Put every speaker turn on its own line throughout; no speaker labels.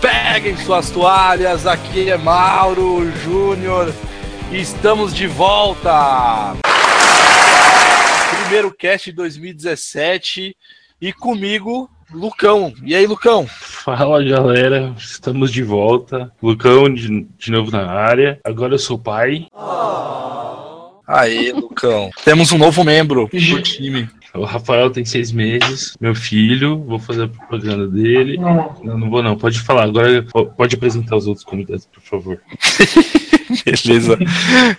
Peguem suas toalhas, aqui é Mauro Júnior e estamos de volta! Primeiro cast de 2017 e comigo, Lucão. E aí, Lucão?
Fala galera, estamos de volta. Lucão de, de novo na área. Agora eu sou pai.
Aê, Lucão. Temos um novo membro do time.
O Rafael tem seis meses. Meu filho, vou fazer a propaganda dele.
É.
Não, não vou não. Pode falar. Agora po- pode apresentar os outros convidados, por favor.
Beleza.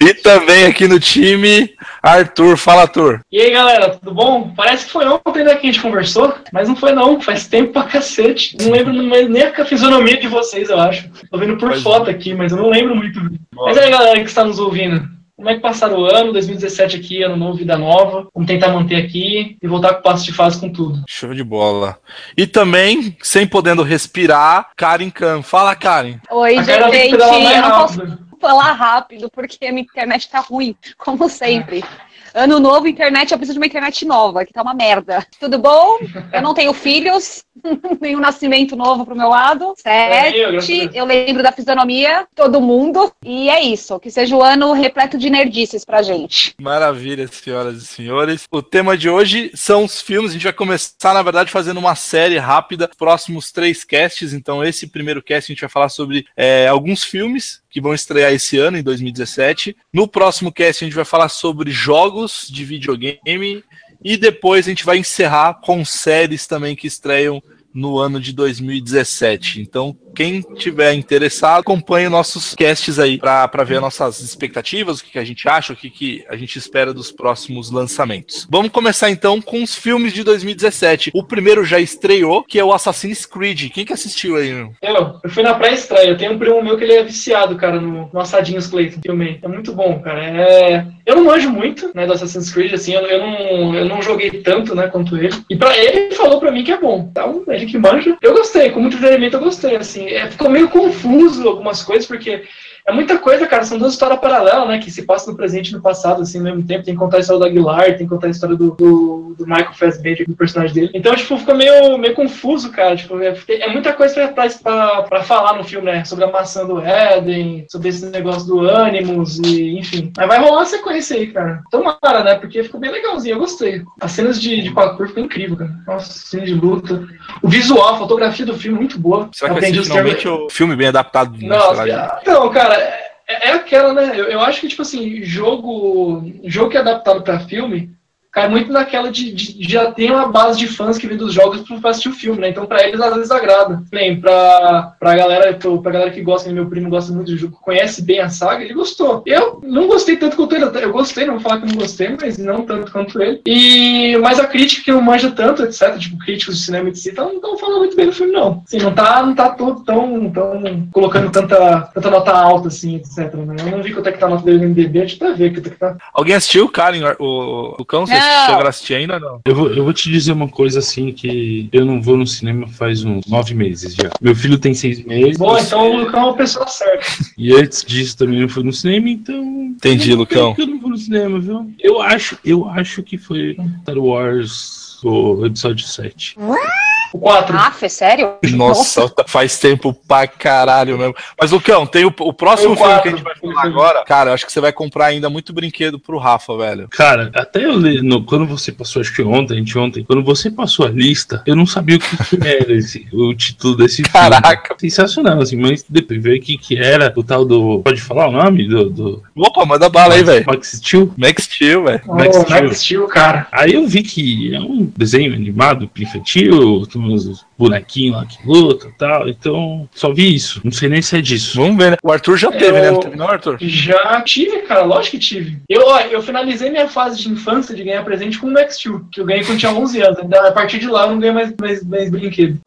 E também aqui no time, Arthur. Fala, Arthur.
E aí galera, tudo bom? Parece que foi ontem né, que a gente conversou, mas não foi não, faz tempo pra cacete. Não lembro mais nem a fisionomia de vocês, eu acho. Tô vendo por
Pois
foto aqui, mas eu não lembro muito. Mas aí galera que está nos ouvindo, como é que passaram o ano, 2017 aqui, ano novo, vida nova. Vamos tentar manter aqui e voltar com o passo de fase com tudo.
Show de bola. E também, sem podendo respirar, Karen Khan. Fala, Karen.
Oi,
Karen tem que
gente,
pedalar mais
eu não posso
rápido.
falar rápido porque a minha internet tá ruim, como sempre. Ano novo, internet, eu preciso de uma internet nova, que tá uma merda. Tudo bom? Eu não tenho filhos, nenhum nascimento novo pro meu lado.
eu, graças a
Sete,
Deus.
eu lembro da fisionomia, todo mundo. E é isso, que seja o ano repleto de nerdices pra gente.
Maravilha, senhoras e senhores. O tema de hoje são os filmes. A gente vai começar, na verdade, fazendo uma série rápida, próximos três casts. Então, esse primeiro cast a gente vai falar sobre é, alguns filmes que vão estrear esse ano, em 2017. No próximo cast, a gente vai falar sobre jogos de videogame. E depois a gente vai encerrar com séries também que estreiam no ano de 2017. Então, quem tiver interessado, acompanhe nossos casts aí para ver nossas expectativas, o que, que a gente acha, o que, que a gente espera dos próximos lançamentos. Vamos começar então com os filmes de 2017. O primeiro já estreou, que é o Assassin's Creed. Quem que assistiu aí? meu?
É, Eu, eu fui na pré-estreia. Tem um primo meu que ele é viciado, cara, no, no Assadinhos Clayton filme. É muito bom, cara. É- Eu não manjo muito, né, do Assassin's Creed, assim, eu, eu não, eu não joguei tanto, né, quanto ele. E pra ele, ele falou pra mim que é bom. Então, ele que manja. Eu gostei, com muito entretenimento eu gostei, assim. É, ficou meio confuso algumas coisas, porque é muita coisa, cara. São duas histórias paralelas, né? Que se passa no presente e no passado, assim, ao mesmo tempo. Tem que contar a história do Aguilar, tem que contar a história do, do, do Michael Fassbender, do personagem dele. Então, tipo, fica meio, meio confuso, cara. Tipo, é, é muita coisa pra, pra, pra, pra falar no filme, né? Sobre a maçã do Éden, sobre esse negócio do Animus, e enfim. Mas vai rolar uma sequência aí, cara. Tomara, né? Porque ficou bem legalzinho, eu gostei. As cenas de, de parkour ficou incrível, cara. Nossa, cenas de luta. O visual, a fotografia do filme, muito boa.
Será que vai
Aprendi
ser
os termos-
finalmente o filme bem adaptado? sei lá, de-
nossa, então, cara, é, é aquela, né? Eu, eu acho que, tipo assim, jogo, jogo que é adaptado pra filme cai muito naquela de, de- de já tem uma base de fãs que vem dos jogos pra- pra assistir o filme, né? Então, pra eles, às vezes agrada. Bem, pra, pra, galera, pro- pra galera que gosta, né? meu primo gosta muito do jogo, conhece bem a saga, ele gostou. Eu não gostei tanto quanto ele, eu gostei, não vou falar que eu não gostei, mas não tanto quanto ele. E, mas a crítica que não manja tanto, etc., tipo, críticos de cinema de si, tão- não estão falando muito bem do filme, não. Assim, não tá, não tá todo tão, tão colocando tanta, tanta nota alta, assim, etc., né? Eu não vi quanto é que tá a nota dele no MDB, deixa eu até ver quanto é que tá.
Alguém assistiu, Karen? O, o Cão? Vocês
Não.
chegaram a assistir ainda? Não.
Eu vou, eu vou te dizer uma coisa assim que eu não vou no cinema faz uns nove meses já. Meu filho tem seis meses.
Bom, então o Lucão é uma pessoa certa.
E antes disso também não fui no cinema, então.
Entendi,
Eu não-
Lucão.
Eu não fui no cinema, viu? Eu acho, eu acho que foi Star Wars, o episódio 7.
O 4.
Ah, foi sério?
Nossa, tá- faz tempo pra caralho mesmo. Mas, Lucão, tem o, o próximo
Tem o
filme que
quatro.
a gente vai falar agora. Cara, eu acho que você vai comprar ainda muito brinquedo pro Rafa, velho.
Cara, até eu li, no- quando você passou, acho que ontem, anteontem, quando você passou a lista, eu não sabia o que, que era esse, o título desse filme.
Caraca.
Sensacional, assim, mas depois veio o que, que era o tal do. Pode falar o nome? Do, do
Opa, manda bala aí, velho.
Max Steel?
Max Steel, velho.
Oh,
Max Steel.
Max Steel, cara.
Aí eu vi que é um desenho animado pra infantil, tem uns bonequinhos lá que luta e tal, então só vi isso, não sei nem se é disso.
Vamos ver, né? O Arthur já teve,
Eu-
né? Não teve, não, Arthur?
Já tive, cara, lógico que tive. Eu, ó, eu finalizei minha fase de infância de ganhar presente com o Max Steel, que eu ganhei quando eu tinha 11 anos. Então, a partir de lá eu não ganhei mais, mais, mais brinquedo.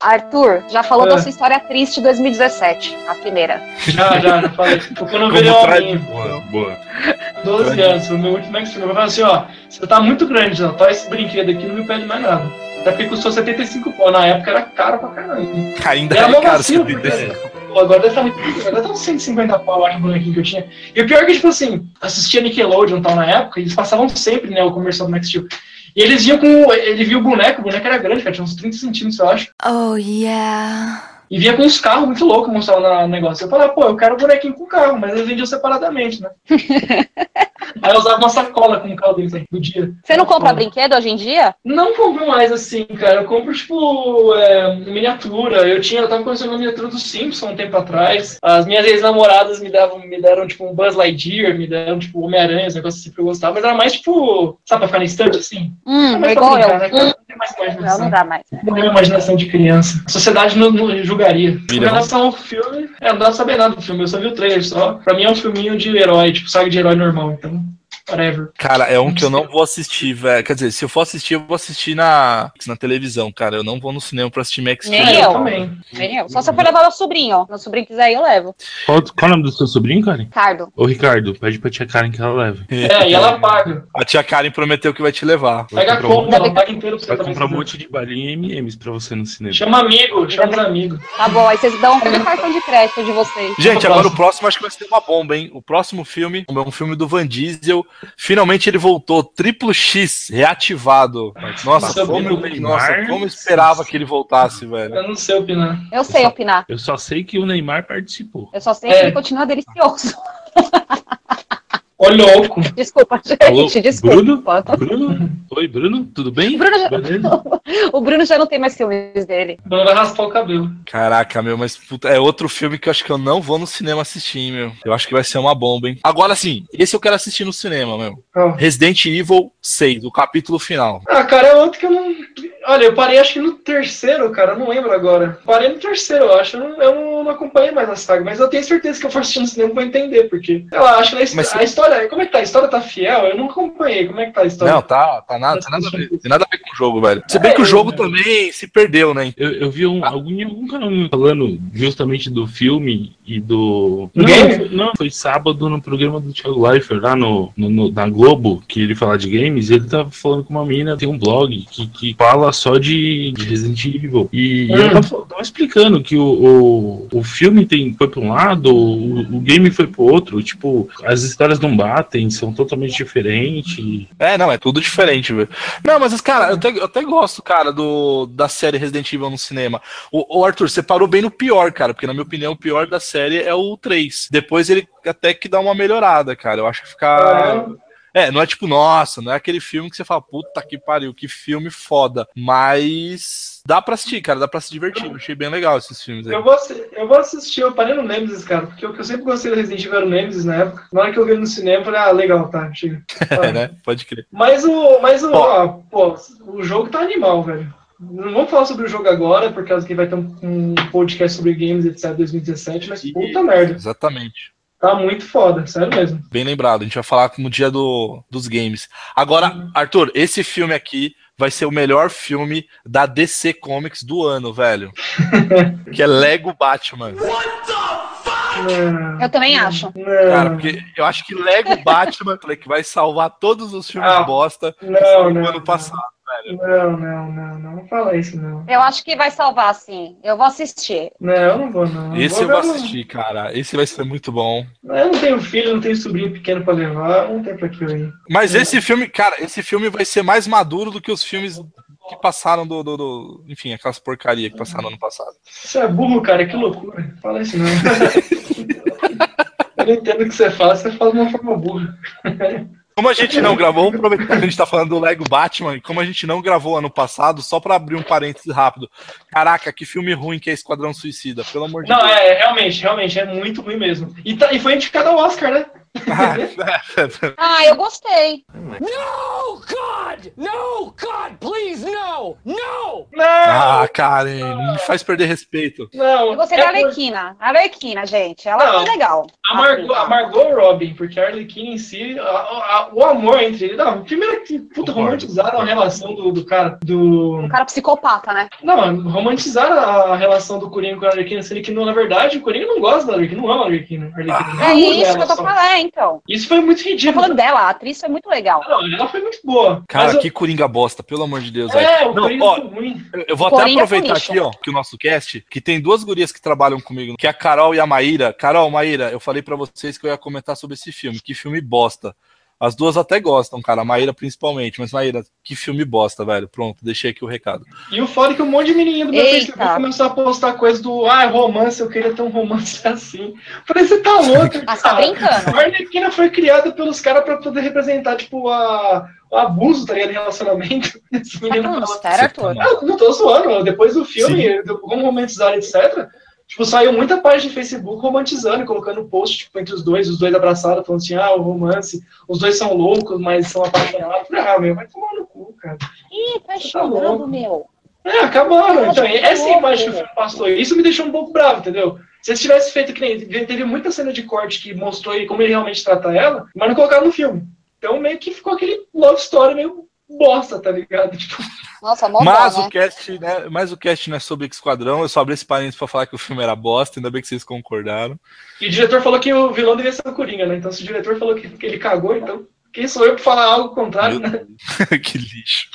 Arthur, já falou
É.
da sua história triste de 2017, a primeira.
Já, já, já falei. Tipo, quando eu
Como
virei
traz-
homem,
Boa, boa.
12 anos, foi o meu último Max Steel. Eu falei assim, ó, você tá muito grande, ó, tá esse brinquedo aqui, não me pede mais nada. Até porque custou 75 pau, na época era caro pra caralho.
Ainda
Era
é,
uma
cara.
vacina,
você
porque-
tem-
Pô, agora deve tá muito- agora deve tá uns 150 pau, eu acho, o bonequinho que eu tinha. E o pior é que, tipo assim, assistia Nickelodeon e tal na época, e eles passavam sempre, né, o comercial do Max Steel. E eles iam com. Ele viu o boneco, o boneco era grande, cara, tinha uns 30 centímetros, eu acho.
Oh, yeah.
E vinha com uns carros muito loucos mostrar na negócio. Eu falava, pô, eu quero bonequinho com carro, mas eles vendiam separadamente, né? Aí eu usava uma sacola com o carro deles aí, do dia.
Você não compra
Sacola.
brinquedo hoje em dia?
Não compro mais assim, cara. Eu compro, tipo, é, miniatura. Eu tinha, eu tava colecionando uma miniatura do Simpson um tempo atrás. As minhas ex-namoradas me davam, me deram, tipo, um Buzz Lightyear, me deram, tipo, Homem-Aranha, esse negócio assim que eu gostava, mas era mais, tipo, sabe, pra ficar na estante assim?
Hum,
mas
igual eu.
né, cara?
Hum,
Não tem mais
não, não
imaginação.
dá mais.
Não tem imaginação de criança. A sociedade não, não julgaria. Com
Vira.
relação ao filme, é, não dá pra saber nada do filme, eu só vi o trailer só. Pra mim é um filminho de herói, tipo, saga de herói normal, então, whatever.
Cara, é um que eu não vou assistir, velho. Quer dizer, se eu for assistir, eu vou assistir na, na televisão, cara. Eu não vou no cinema pra assistir Max
Nem
Steel.
É,
eu.
também.
Nem eu. Só se eu for levar meu sobrinho, ó. Meu sobrinho quiser, ir, eu levo.
Qual, qual é o nome do seu sobrinho, Karen?
Ricardo.
Ô, Ricardo, pede pra tia Karen que ela leve.
É, e ela paga.
A tia Karen prometeu que vai te levar.
Vai
Pega a
comprar um-
compra, ela paga inteiro pra você
Vai
também.
comprar um monte de balinha e M&M's pra você no cinema.
Chama amigo, chama os amigos.
Tá bom, aí vocês dão
É.
todo o cartão de crédito de vocês.
Gente,
Vamos pro
agora o próximo acho que vai ser uma bomba, hein? O próximo filme é um filme do Van Diesel. Finalmente ele voltou, Triplo X, reativado. Nossa,
Sobre
como,
o Neymar.
nossa, como eu esperava que ele voltasse, velho.
É.
Eu não sei opinar.
Eu sei opinar.
Eu só sei que o Neymar participou.
Eu só sei
É.
que ele continua delicioso.
Ô, louco.
Desculpa,
Tá
gente,
Alô,
desculpa.
Bruno? Bruno? Oi, Bruno? Tudo bem?
O Bruno já-
Beleza?
O Bruno já não tem mais filmes dele.
O Bruno vai raspar o cabelo.
Caraca, meu, mas puta, é outro filme que eu acho que eu não vou no cinema assistir, hein, meu. Eu acho que vai ser uma bomba, hein? Agora sim, esse eu quero assistir no cinema, meu.
Ó.
Resident Evil 6, o capítulo final.
Ah, cara, é outro que eu não. Olha, eu parei acho que no terceiro, cara, eu não lembro agora. Parei no terceiro, eu acho. Eu não, eu não- não acompanhei mais a saga, mas eu tenho certeza que eu for assistir no cinema vou entender, porque. Sei lá, acho que a, his-
Mas se-
a história. Como é que tá? A história tá fiel? Eu não acompanhei. Como é que tá a história?
Não, tá, tá nada, tá nada a ver, tem nada a ver com o jogo, velho. Se bem que o jogo também se perdeu, né?
Eu, eu vi um, algum, algum canal falando justamente do filme e do.
Do
Não,
game?
não, foi sábado no programa do Thiago Leifert lá no, no- no- na Globo, que ele fala de games, ele tava falando com uma menina, tem um blog que, que fala só de, de Resident Evil. E
Hum.
ela tava, fal- tava explicando que o, o, o filme tem, foi pra um lado, o, o game foi pro outro. Tipo, as histórias não batem, são totalmente diferentes.
É, não, é tudo diferente, velho. Não, mas, cara, eu até, eu até gosto, cara, do, da série Resident Evil no cinema. O, o Arthur, você parou bem no pior, cara, porque na minha opinião o pior da série é o 3. Depois ele até que dá uma melhorada, cara. Eu acho que
tá
fica.
Caramba.
É, não é tipo, nossa, não é aquele filme que você fala, puta que pariu, que filme foda. Mas dá pra assistir, cara, dá pra se divertir. Eu achei bem legal esses filmes aí.
É, Eu vou, assi- eu vou assistir, eu parei no Nemesis, cara, porque o que eu sempre gostei do Resident Evil era o Nemesis na época. Na hora que eu vi no cinema, eu falei, ah, legal, tá, chega.
É, né? Pode crer.
Mas o. Mas o.
Ó.
ah, pô, o jogo tá animal, velho. Não vamos falar sobre o jogo agora, por causa que vai ter um, um podcast sobre games, etc, 2017, mas
E-
puta merda.
Exatamente.
Tá muito foda, sério mesmo.
Bem lembrado, a gente vai falar no dia do, dos games.
Uhum.
Agora, Arthur, esse filme aqui vai ser o melhor filme da DC Comics do ano, velho. que é Lego Batman.
Não,
Eu também
Hum.
acho.
Cara,
não,
porque eu acho que Lego Batman falei, que vai salvar todos os filmes
Ah,
bosta que
não,
saíram no
não,
ano passado.
não, não, não, não, não fala isso, não.
Eu acho que vai salvar, sim. Eu vou assistir.
Não, eu não vou, não.
Esse eu
ver,
vou
não.
assistir, cara. Esse vai ser muito bom.
Eu não tenho filho, não tenho sobrinho pequeno pra levar, não tem pra que eu ir.
Mas esse filme, cara, esse filme vai ser mais maduro do que os filmes que passaram do. do- do- enfim, aquelas porcaria que passaram no ano passado.
Você é burro, cara, que loucura. Fala isso não. Eu não entendo o que você fala, você fala de uma forma burra.
Como a gente não gravou, vamos aproveitar que a gente tá falando do Lego Batman, e como a gente não gravou ano passado, só pra abrir um parênteses rápido. Caraca, que filme ruim que é Esquadrão Suicida, pelo amor de
Não,
Deus.
é, realmente, realmente, é muito ruim mesmo. E, tá- e foi indicado ao Oscar, né?
Ah, eu gostei.
No, God! No, God, please, no! No!
Não!
Ah, Karen, não me faz perder respeito.
não.
Eu gostei
É
da
por-
Arlequina. A Arlequina, gente. Ela
Não.
foi legal. Assim,
A Margot, a Margot Robin, porque a Arlequina em si, a- a- o amor entre eles. Não, primeiro que puta,
Concordo.
romantizaram a relação do, do cara, do.
Um cara psicopata, né?
Não, romantizaram a relação do Coringa com a Arlequina, sendo que, não, na verdade, o Coringa não gosta da Arlequina, não ama a Arlequina. A
Ah.
Arlequina
É
não ama
isso que
ela
eu tô
só.
falando, é, então.
Isso foi muito
Tô
ridículo.
falando dela, a atriz foi muito legal.
Não, ela foi muito boa.
Cara,
mas eu-
que coringa bosta, pelo amor de Deus. velho.
É, o
Não,
Coringa
ó,
foi ruim.
Eu- Eu vou até
Coringa
aproveitar
com lixo.
né?
aqui, ó, que o nosso cast, que tem duas gurias que trabalham comigo, que é a Carol e a Maíra. Carol, Maíra, eu falei pra vocês que eu ia comentar sobre esse filme. Que filme bosta. As duas até gostam, cara. A Maíra principalmente. Mas, Maíra, que filme bosta, velho. Pronto, deixei aqui o recado.
E o foda é que um monte de menininha do meu
Eita.
Facebook começou a postar coisa do ah, romance, eu queria ter um romance assim. Eu Falei, você tá louco,
Ah, você tá
cara.
brincando.
A Arlequina foi criada pelos caras pra poder representar, tipo, a, o abuso, tá ligado, em relacionamento. Esse
Tá
menino
falando
falou,
sério, Arthur?
ah, não tô zoando, depois do filme, do- como romantizar, etc. Tipo, saiu muita página de Facebook romantizando, e colocando post, tipo, entre os dois, os dois abraçados, falando assim, ah, o romance, os dois são loucos, mas são apaixonados. Ah, meu, vai tomar no cu, cara.
Ih, tá
Tá
chorando,
louco.
meu.
É, acabaram. Então,
Acabou,
essa é a imagem que o
né?
filme passou. Isso me deixou um pouco bravo, entendeu? Se eles tivessem feito que nem. Teve muita cena de corte que mostrou ele- como ele realmente trata ela, mas não colocaram no filme. Então meio que ficou aquele love story meio bosta, tá ligado? Tipo,
Nossa, mó
mas,
dó,
o
né?
cast, né, mas o cast não é sobre Esquadrão. Eu só abri esse parênteses pra falar que o filme era bosta. Ainda bem que vocês concordaram.
e o diretor falou que o vilão devia ser o Coringa, né? Então se o diretor falou que, que ele cagou, então. Quem sou eu pra falar algo contrário, né?
Meu Deus. que lixo.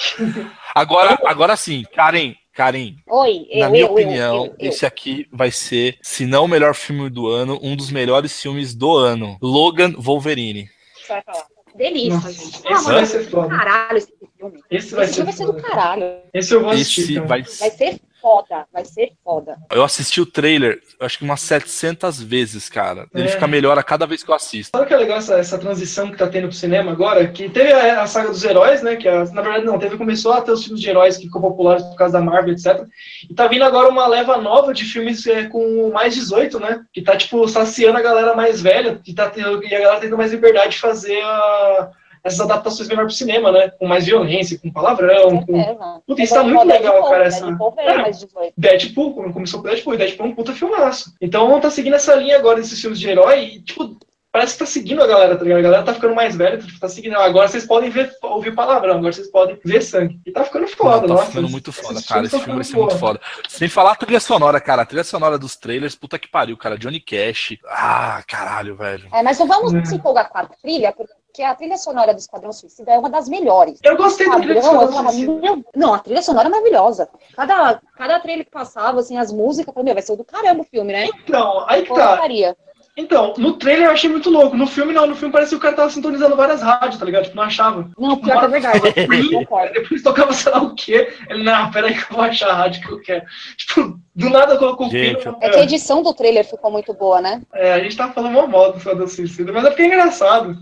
Agora, agora sim, Karen. Karen,
Oi, eu,
na minha
eu, eu,
opinião,
eu, eu.
esse aqui vai ser, se não o melhor filme do ano, um dos melhores filmes do ano. Logan Wolverine.
Você vai falar. Delícia,
Nossa,
gente.
esse vai
Ah, Pelo amor de
ser
Deus,
foda.
Caralho, esse filme.
Esse vai ser.
Esse filme vai ser do
foda.
caralho.
Esse eu vou assistir.
Esse
então.
vai
Vai ser foda, vai ser foda.
Eu assisti o trailer, acho que umas 700 vezes, cara. Ele
É.
fica melhor a cada vez que eu assisto.
Sabe o que é legal essa, essa transição que tá tendo pro cinema agora? Que teve a, a saga dos heróis, né? Que a- na verdade não, teve começou a ter os filmes de heróis que ficou populares por causa da Marvel, etc. E tá vindo agora uma leva nova de filmes é, com mais 18, né? Que tá, tipo, saciando a galera mais velha que tá tendo, e a galera tendo mais liberdade de fazer a- essas adaptações melhor pro cinema, né? Com mais violência, com palavrão, com...
Certeza.
Uhum. Puta, isso tá muito legal, cara, essa...
É, mais 18.
Deadpool, quando começou com Deadpool, e Deadpool é um puta filmaço. Então tá seguindo essa linha agora desses filmes de herói e, tipo, parece que tá seguindo a galera, tá ligado? A galera tá ficando mais velha, tipo, tá seguindo. Agora vocês podem ver, ouvir palavrão, agora vocês podem ver sangue. E tá ficando foda,
Não, tá
nossa.
ficando
esses-
muito
esses
foda,
filmes
cara.
tão
Esse filme vai ser
ficando
muito
boa.
foda. Sem falar a trilha sonora, cara. A trilha sonora dos trailers, puta que pariu, cara. Johnny Cash. Ah, caralho, velho.
É, mas não vamos
É.
se empolgar com a trilha, porque a trilha sonora do Esquadrão Suicida é uma das melhores.
Eu gostei da trilha
Padrão, Ah, eu
sonora.
falava,
assim.
meu- não, a trilha sonora é maravilhosa. Cada, cada trailer que passava, assim, as músicas, eu falei, meu, vai ser do caramba o filme, né?
Então, aí que tá.
Porcaria.
Então, no trailer eu achei muito louco. No filme não, no filme parecia que o cara tava sintonizando várias rádios, tá ligado? Tipo, não achava.
Não, pior que é verdade.
Aí
Concordo.
Depois tocava sei lá o quê. Ele, não, peraí que eu vou achar a rádio que eu quero. Tipo, do nada colocou o
Gente,
pino.
É que a edição do trailer ficou muito boa, né?
É, a gente tá falando mó mal do Esquadrão Suicida, mas é porque é engraçado.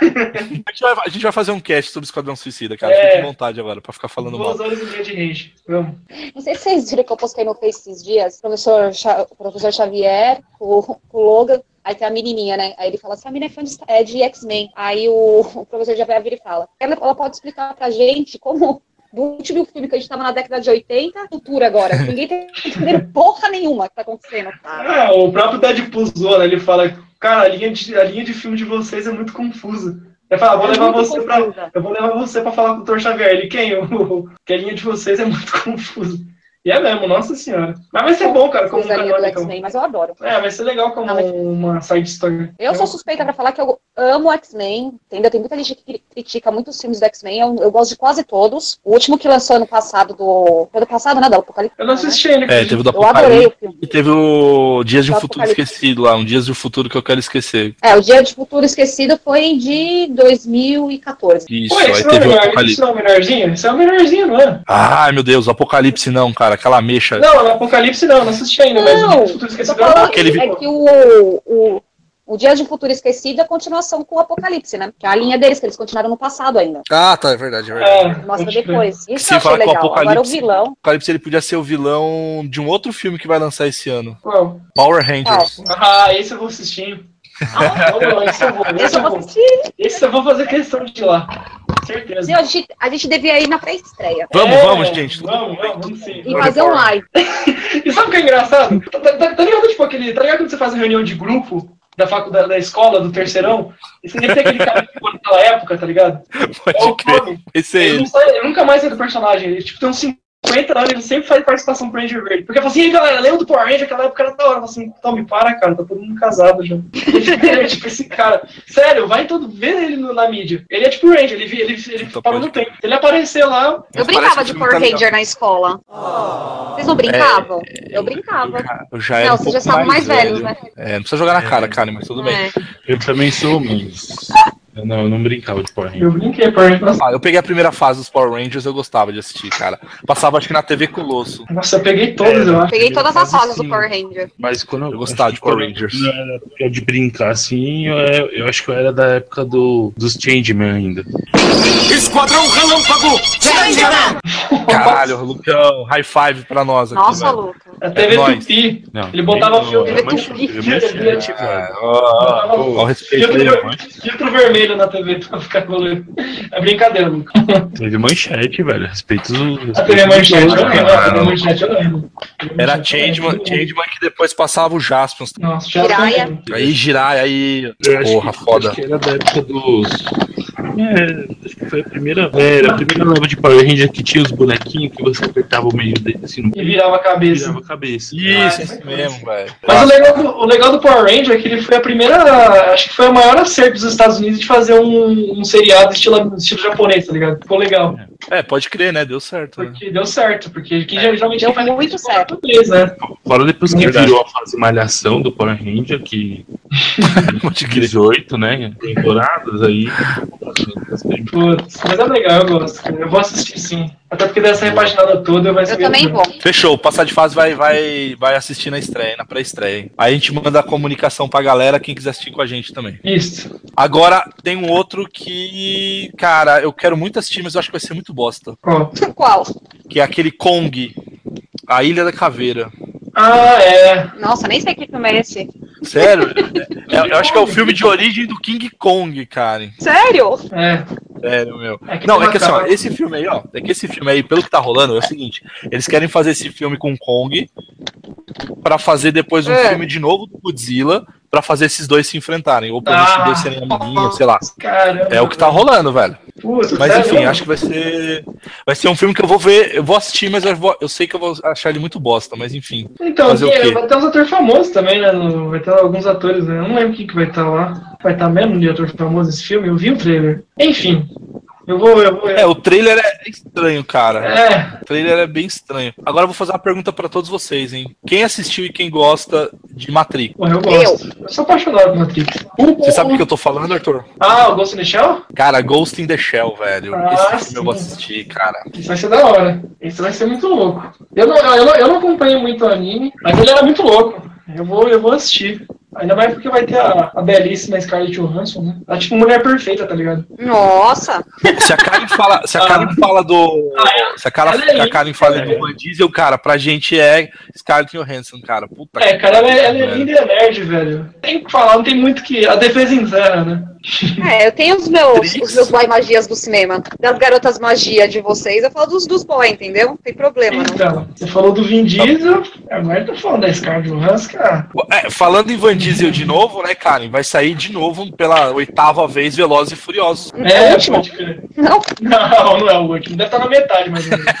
A gente vai, a gente vai fazer um cast sobre Esquadrão Suicida, cara.
É.
Fique à vontade agora pra ficar falando mal.
Duas horas e meia de range. Vamos.
Não sei se vocês viram que eu postei no Face esses dias, o professor, Cha- o professor Xavier, o, o Logan, aí tem a menininha, né? Aí ele fala assim, a menina é fã de, é de X-Men. Aí o, o professor Xavier vira e fala, ela, ela pode explicar pra gente como... Do último filme que a gente tava na década de 80, cultura agora. Ninguém tá entendendo porra nenhuma que tá acontecendo, cara.
Ah, o próprio Deadpool zoa, né? Ele fala, cara, a linha, de, a linha de filme de vocês é muito confusa. Ele fala, "Ah, vou
É
levar
muito
você pra.
confusa.
Eu vou levar você pra falar com o Dr. Xavier. Ele, quem? O, que a linha de vocês é muito confusa. E é mesmo, nossa senhora. Mas vai ser bom, cara, como um
Usaria do
canônico.
X-Men, mas eu adoro.
É, vai ser legal como
Não, mas-
uma side story.
Eu sou suspeita pra falar que eu amo X-Men, entendeu? Tem muita gente que cri- critica muitos filmes do X-Men, eu, eu gosto de quase todos. O último que lançou ano passado do. Foi ano passado, né? Do Apocalipse.
Eu não
né?
assisti ainda.
É, teve o da
Eu adorei
Apocalipse
o filme.
e teve o Dias de um
Do
Futuro
Apocalipse.
Esquecido lá. Um Dias de um Futuro que eu quero esquecer.
É, o Dia de Futuro Esquecido foi de 2014.
Isso,
Pô,
aí
esse não é
teve
o
o
melhor,
Apocalipse.
esse não é o melhorzinho? Esse é o melhorzinho, não é?
Ai, meu Deus, o Apocalipse não, cara. Aquela mecha.
Não, no Apocalipse não, não assisti ainda, mas
Não,
o Futuro
Eu tô
Esquecido é
falando
aquele-
é que o. o o Dia de Futuro Esquecido é a continuação com o Apocalipse, né? Que é a linha deles, que eles continuaram no passado ainda.
Ah, tá, é verdade, é verdade.
É,
Mostra
pode crer.
depois. Isso
Se
eu achei
fala que o
legal. Agora o
Apocalipse-
vilão.
O Apocalipse ele podia ser o vilão de um outro filme que vai lançar esse ano.
Qual?
Power Rangers.
Ah, esse eu vou assistir. Ah, não, esse eu vou,
Esse
esse
eu
eu
vou
vou.
assistir.
Esse eu vou fazer questão de ir lá.
Sim,
Certeza.
A gente, a gente devia ir na pré-estreia.
Vamos,
É,
vamos, gente.
Vamos, vamos, vamos sim.
E fazer um live.
E sabe o que é engraçado? Tá, tá- tá ligado, tipo, aquele. Tá ligado quando você faz a reunião de grupo da faculdade, da escola, do terceirão? E você tem aquele cara que ficou naquela época, tá ligado? É o
Pode crer.
Tommy.
Vai ser
Ele, não
ele.
sai- ele nunca mais sai do personagem. Ele tipo, tem uns 50 anos, ele sempre faz participação pro Ranger Verde. Porque eu falo assim, "E aí, galera, lembra do Power Ranger? Aquela época era da hora. Eu falo assim, Tommy, para, cara, tá todo mundo casado já. Ele é tipo esse cara. Sério, vai todo. Vê ele no- na mídia. Ele é tipo o Ranger, ele, vi- ele, ele
Puta,
parou
pode
no tempo. Ele apareceu lá.
Eu
Mas
brincava
parece
de
que o
Power
filme tá
Ranger na escola. Vocês não brincavam? eu brincava.
Eu já era
não,
É, um
vocês
pouco
já estavam mais velhos, né?
É, não precisa jogar na cara, cara, mas tudo bem.
É.
Eu também sou, mas. Eu não, eu não brincava de Power Rangers.
Eu brinquei, Power Rangers. Nossa,
Ah, eu peguei a primeira fase dos Power Rangers, eu gostava de assistir, cara. Passava acho que na TV Colosso.
Nossa, eu peguei
É.
todas, eu acho.
Peguei todas
Quase
as fases
assim,
do
sim.
Power Ranger.
Mas quando eu,
Eu gostava de
acho que
Power
quando
Rangers.
eu era época de brincar assim, eu, era- eu acho que eu era da época do, dos Changeman ainda.
Esquadrão Relâmpago!
Caralho, Lucão, high five pra nós aqui.
Nossa,
velho.
Luca.
É A TV
É nóis.
Tupi.
Não,
Ele botava
eu-
filme
eu
do
manchava,
Tupi.
eu manchava,
tipo,
Ah,
cara.
ó, ó, ó, ó, respeito aí,
Filtro,
mano.
filtro vermelho na TV pra ficar colorido. É brincadeira, Luca.
Teve manchete, velho. Respeito os.
A TV Ah, Manchete, né? eu lembro. A TV
Não.
Manchete, eu lembro.
né? Era Changeman, Changeman que depois passava o Jaspion.
Nossa, já
Jiraiya.
lembro.
Aí girar, aí.
Eu acho
Porra,
que,
foda.
Acho que era da época dos. É, acho que foi a primeira. é, Era a primeira leva de Power Ranger que tinha os bonequinhos que você apertava o meio dele assim no
E virava a cabeça.
virava a cabeça.
Isso, isso mesmo, velho.
Mas o legal, do, o legal do Power Ranger é que ele foi a primeira. Acho que foi o maior acerto dos Estados Unidos de fazer um, um seriado estilo, estilo japonês, tá ligado? Ficou legal.
É, pode crer, né? Deu certo. né?
Porque deu certo, porque
É.
quem geralmente
Deu
quem faz
muito
isso é
certo.
japonês, né?
Fora depois que
Verdade.
virou a fase malhação do Power Ranger, que
Pode crer.
18, né? Temporadas aí.
Putz, mas é legal, eu gosto. cara. Eu vou assistir sim. Até porque dessa repaginada toda vai
Eu também vou.
Fechou, passar de fase vai, vai, vai assistir na estreia, na pré-estreia. hein? Aí a gente manda a comunicação pra galera, quem quiser assistir com a gente também.
Isso.
Agora tem um outro que, cara, eu quero muito assistir, mas eu acho que vai ser muito bosta.
Ó.
Qual?
Que é aquele Kong, A Ilha da Caveira.
Ah, é.
Nossa, nem sei que filme é esse.
Sério? eu, eu acho que é o filme de origem do King Kong, cara.
Sério?
É.
Sério, meu.
É que
Não,
tem
é que assim, ó,
uma-
esse filme aí, ó. É que esse filme aí, pelo que tá rolando, é o seguinte: eles querem fazer esse filme com Kong pra fazer depois um
É.
filme de novo do Godzilla pra fazer esses dois se enfrentarem. Ou pra
Ah.
esses dois serem amiguinhos, sei lá.
Caramba.
É o que tá rolando, velho.
Putz, é
Mas
sério?
enfim, acho que vai ser. Vai ser um filme que eu vou ver. Eu vou assistir, mas eu, vou- eu sei que eu vou achar ele muito bosta, mas enfim.
Então,
fazer o
tem-
quê?
vai ter uns atores famosos também, né? no- Vai ter alguns atores, né? Eu não lembro quem que vai estar lá. Vai estar mesmo de ator famoso esse filme? Eu vi o trailer. Enfim, eu vou. Eu vou
É, o trailer é estranho, cara.
é,
O trailer é bem estranho. Agora eu vou fazer uma pergunta pra todos vocês, hein? Quem assistiu e quem gosta de Matrix?
porra, eu gosto. Eu, sou apaixonado por Matrix.
Você sabe o que eu tô falando, Arthur?
Ah, o Ghost in the Shell?
Cara, Ghost in the Shell, velho.
Ah,
Esse filme eu
sim.
vou assistir, cara.
Isso vai ser da hora. Isso vai ser muito louco. Eu não, eu não, eu não acompanho muito o anime, mas ele era muito louco. Eu vou, eu vou assistir. Ainda mais porque vai ter a, a belíssima Scarlett Johansson, né? Ela é tipo mulher perfeita, tá ligado?
Nossa.
Se a Karen fala, se a
Ah. é.
Karen fala do. Se a, cara,
Olha aí.
a Karen fala do Van Diesel, cara, pra gente é Scarlett Johansson, cara. Puta
É,
que
cara, ela, é- ela
velho.
é linda e é nerd, velho. Tem que falar, não tem muito que. A defesa em zero, né?
É, eu tenho os meus,
Trix.
os meus boy magias do cinema. Das garotas magia de vocês, eu falo dos, dos boy, entendeu? Não tem problema, né? não.
Então, você falou do Vin Diesel, agora tá falando da Scarlett Johansson, cara.
É, falando em Van Diesel de novo, né, Karen? Vai sair de novo pela oitava vez Velozes e Furiosos.
É o último.
pode crer.
Não,
Não, não é o último. Deve estar na metade, mas.
Não,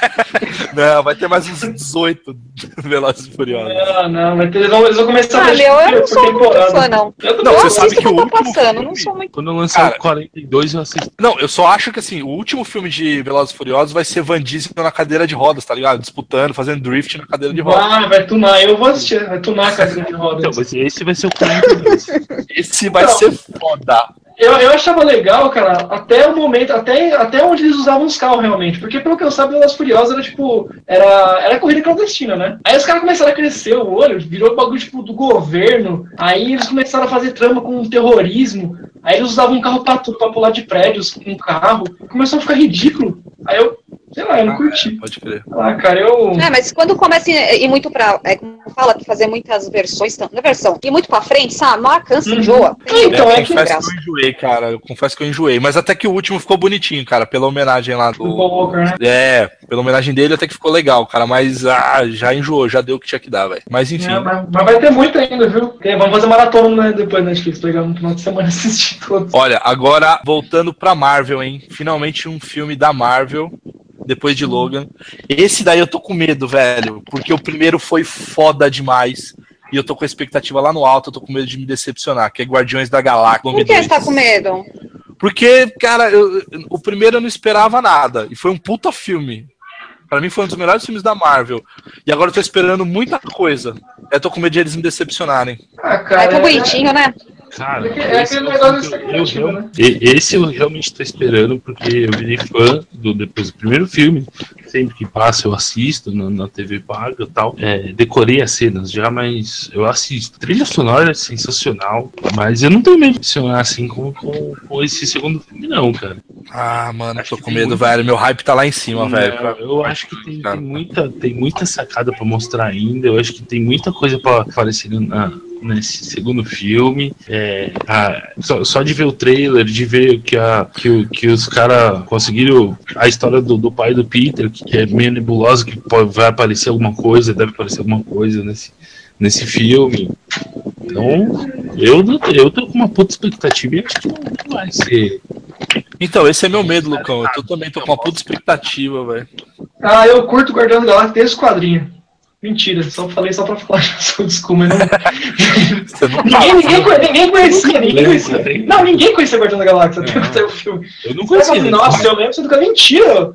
Né, vai ter mais uns 18 Velozes e Furiosos.
não, não, mas eles vão, eles vão começar
ah,
fazer
meu, eu
por
não sou muito
temporada.
fã, não.
Eu assim,
Não,
não,
você
eu
sabe
assisto
que o
quando tá
último
passando,
filme-
não sou muito.
Quando lançar
Cara.
o 42, eu assisti.
Não, eu só acho que assim, o último filme de Velozes e Furiosos vai ser Van Diesel na cadeira de rodas, tá ligado? Disputando, fazendo drift na cadeira de rodas.
Ah, vai tunar, eu vou assistir, vai tunar a cadeira de
Então,
rodas.
mas esse vai ser o 42.
Esse vai
Não.
ser foda.
Eu, eu achava legal, cara, até o momento, até, até onde eles usavam os carros realmente. Porque pelo que eu sabia, Velas Furiosas era tipo. Era, era corrida clandestina, né? Aí os caras começaram a crescer o olho, virou bagulho tipo do governo. Aí eles começaram a fazer trama com o terrorismo. Aí eles usavam um carro pra tudo, pra pular de prédios com um carro. Começou a ficar ridículo. Aí eu, sei lá, eu não curti.
Pode crer.
Sei lá, cara, eu.
É, mas quando começa a ir ir muito pra. É, como fala que fazer muitas versões, não é versão, ir muito pra frente, sabe? Uma cansa,
Uhum.
enjoa.
Então, é
eu
que-
confesso que eu enjoei, cara. Eu confesso que eu enjoei. Mas até que o último ficou bonitinho, cara. Pela homenagem lá
Do
do.
Paul Walker, né?
É, pela homenagem dele até que ficou legal, cara. Mas ah, já enjoou, já deu o que tinha que dar, velho. Mas enfim.
É, mas, mas vai ter muito ainda, viu? Tem- vamos fazer maratona né, depois da Netflix, pegar um final de semana e assistir todos.
Olha, agora voltando pra Marvel, hein? Finalmente um filme da Marvel, depois de Logan. Esse daí eu tô com medo, velho, porque o primeiro foi foda demais. E eu tô com a expectativa lá no alto, eu tô com medo de me decepcionar, que é Guardiões da Galáxia.
Por que você tá com medo?
Porque, cara, eu- o primeiro eu não esperava nada. E foi um puta filme. Pra mim foi um dos melhores filmes da Marvel. E agora eu tô esperando muita coisa. Eu tô com medo de eles me decepcionarem.
Ah,
Aí
cara.
tá
é-
bonitinho, né?
Cara,
É aquele
esse é o
negócio
filme que
da
eu- eu
expectativa,
real-
né?
e- Esse eu realmente tô esperando, porque eu virei fã do, depois do primeiro filme. Sempre que passa, eu assisto na, na TV paga e tal. É, decorei as cenas já, mas eu assisto. Trilha sonora é sensacional, mas eu não tenho medo de funcionar assim com, com, com esse segundo filme, não, cara.
Ah, mano,
Acho
tô
que
com
tem
medo,
muito.
velho. Meu hype tá lá em cima, velho.
Não, eu acho que tem, tem muita, tem muita sacada pra mostrar ainda. Eu acho que tem muita coisa pra aparecer na, nesse segundo filme. É, a- só, só de ver o trailer, de ver que, a, que, o- que os caras conseguiram a história do, do pai do Peter, que é meio nebulosa, que pode, vai aparecer alguma coisa, deve aparecer alguma coisa nesse, nesse filme. Então, eu, não- eu tô com uma puta expectativa e acho que não vai ser.
Então, esse é meu medo, Lucão. Eu tô- também tô com uma puta expectativa, velho.
Ah, eu curto Guardiões da Galáxia desde o quadrinho. Mentira, só falei só pra falar, desculpa, mas não.
Você não
Ninguém, ninguém, conhe- ninguém conhecia, ninguém
Lembra
conhecia.
também?
Não, ninguém conhecia Guardião da Galáxia até
Não.
até o filme.
Eu não
Eu falei,
consigo.
Nossa, eu lembro isso do cara. Mentira!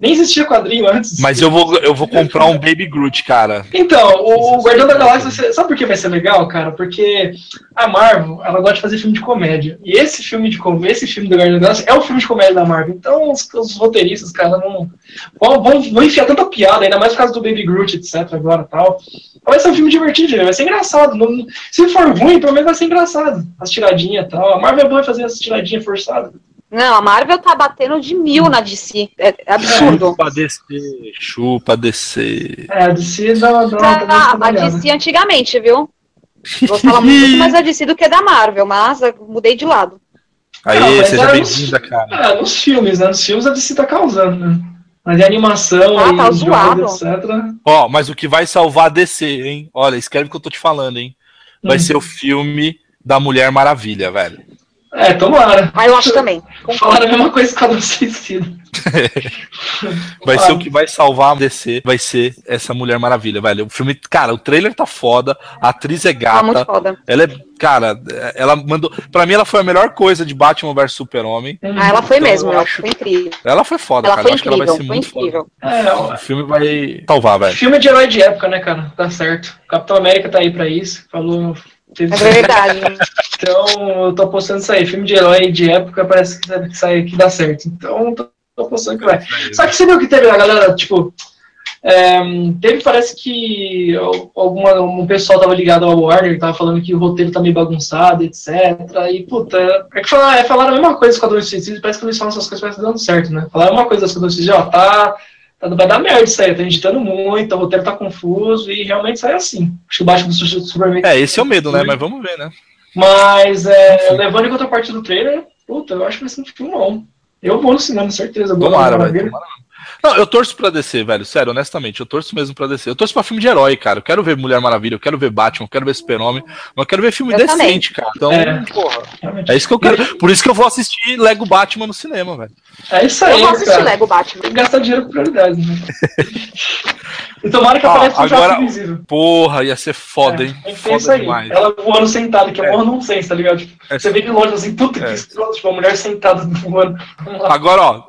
Nem existia quadrinho antes.
Mas eu vou, eu vou comprar um Baby Groot, cara.
Então, o, o Guardião da Galáxia, sabe por que vai ser legal, cara? Porque a Marvel, ela gosta de fazer filme de comédia. E esse filme de comédia, esse filme do Guardião da Galáxia é o filme de comédia da Marvel. Então os, os roteiristas, cara, não vão, vão, vão enfiar tanta piada, ainda mais por causa do Baby Groot, etc, agora e tal. Vai ser um filme divertido, vai ser engraçado. Não- se for ruim, pelo menos vai ser engraçado. As tiradinhas e tal. A Marvel é boa em fazer essas tiradinhas forçadas.
Não, a Marvel tá batendo de mil na DC. É é absurdo.
Chupa descer, chupa descer.
É, de si dá, dá, dá uma
Ah, a
trabalhada.
DC antigamente, viu? Gostava muito mais da DC do que da Marvel, mas eu mudei de lado.
Aí,
Não, mas
seja
era um-
bem-vinda, cara.
Ah, nos filmes, né? Nos filmes a DC tá causando, né? Mas a animação
Ah,
e
tá
os
zoado.
jogos, etc.
Ó, mas o que vai salvar a DC, hein? Olha, escreve o que eu tô te falando, hein? Vai
Hum.
ser o filme da Mulher Maravilha, velho.
É, tomara.
Ah, eu acho também.
Falaram a mesma coisa que cada um suicida.
Vai ser o que vai salvar a DC, vai ser essa Mulher Maravilha, velho. O filme, cara, o trailer tá foda, a atriz é
Tá muito
gata.
foda.
Ela é, cara, ela mandou, Pra mim ela foi a melhor coisa de Batman vs Super-Homem.
Ah, ela foi
Então,
mesmo,
eu
ela
acho-
foi incrível.
Ela foi foda,
Ela
cara.
foi
Eu acho que ela vai
incrível,
ser
foi
muito foda.
incrível.
É, ó,
O filme vai salvar, velho.
filme de herói de época, né, cara? Tá certo. Capitão América tá aí pra isso. Falou. Teve...
É verdade.
Então, eu tô apostando isso aí. Filme de herói de época parece que sai- que, sai, que dá certo. Então, eu tô, tô apostando que vai. Só que você viu que teve a galera, tipo. é, teve, parece que al- alguma, um pessoal tava ligado ao Warner, tava falando que o roteiro tá meio bagunçado, etc. E, puta, é que falaram, é, falaram a mesma coisa com a Dois Suicídio, parece que eles falam essas coisas, parece que dando certo, né? Falaram a mesma coisa com a Dois Suicídio, ó, tá, tá. Vai dar merda isso aí, tá editando muito, o roteiro tá confuso e realmente sai assim. Acho que o Batman do Su- Superman.
É, esse é o medo, né?
Uhum.
Mas vamos ver, né?
Mas, é, levando em conta a parte do trailer, puta, eu acho que vai ser um filmão. Eu vou no cinema, certeza. Vou
Tomara,
lá,
velho. tomara. Não, eu torço pra descer, velho. Sério, honestamente, eu torço mesmo pra descer. Eu torço pra filme de herói, cara. Eu quero ver Mulher Maravilha, eu quero ver Batman, eu quero ver Super-Homem, mas eu quero ver filme
Eu
decente, cara. Então,
É.
porra.
Realmente.
É isso que eu quero. Por isso que eu vou assistir Lego Batman no cinema, velho.
É isso
Eu
aí,
vou assistir
cara.
Lego Batman.
Tem que gastar dinheiro com prioridade, né? e tomara que
Ó,
apareça um
Ah, agora-
jato invisível.
Porra, ia ser foda,
É,
hein?
tem que ter isso
Foda
aí.
demais.
Ela voando sentada, que é um nonsense, tá ligado? Tipo,
É.
Você vê de longe assim, puta que
É.
escroto, tipo, uma mulher sentada voando.
Agora, ó,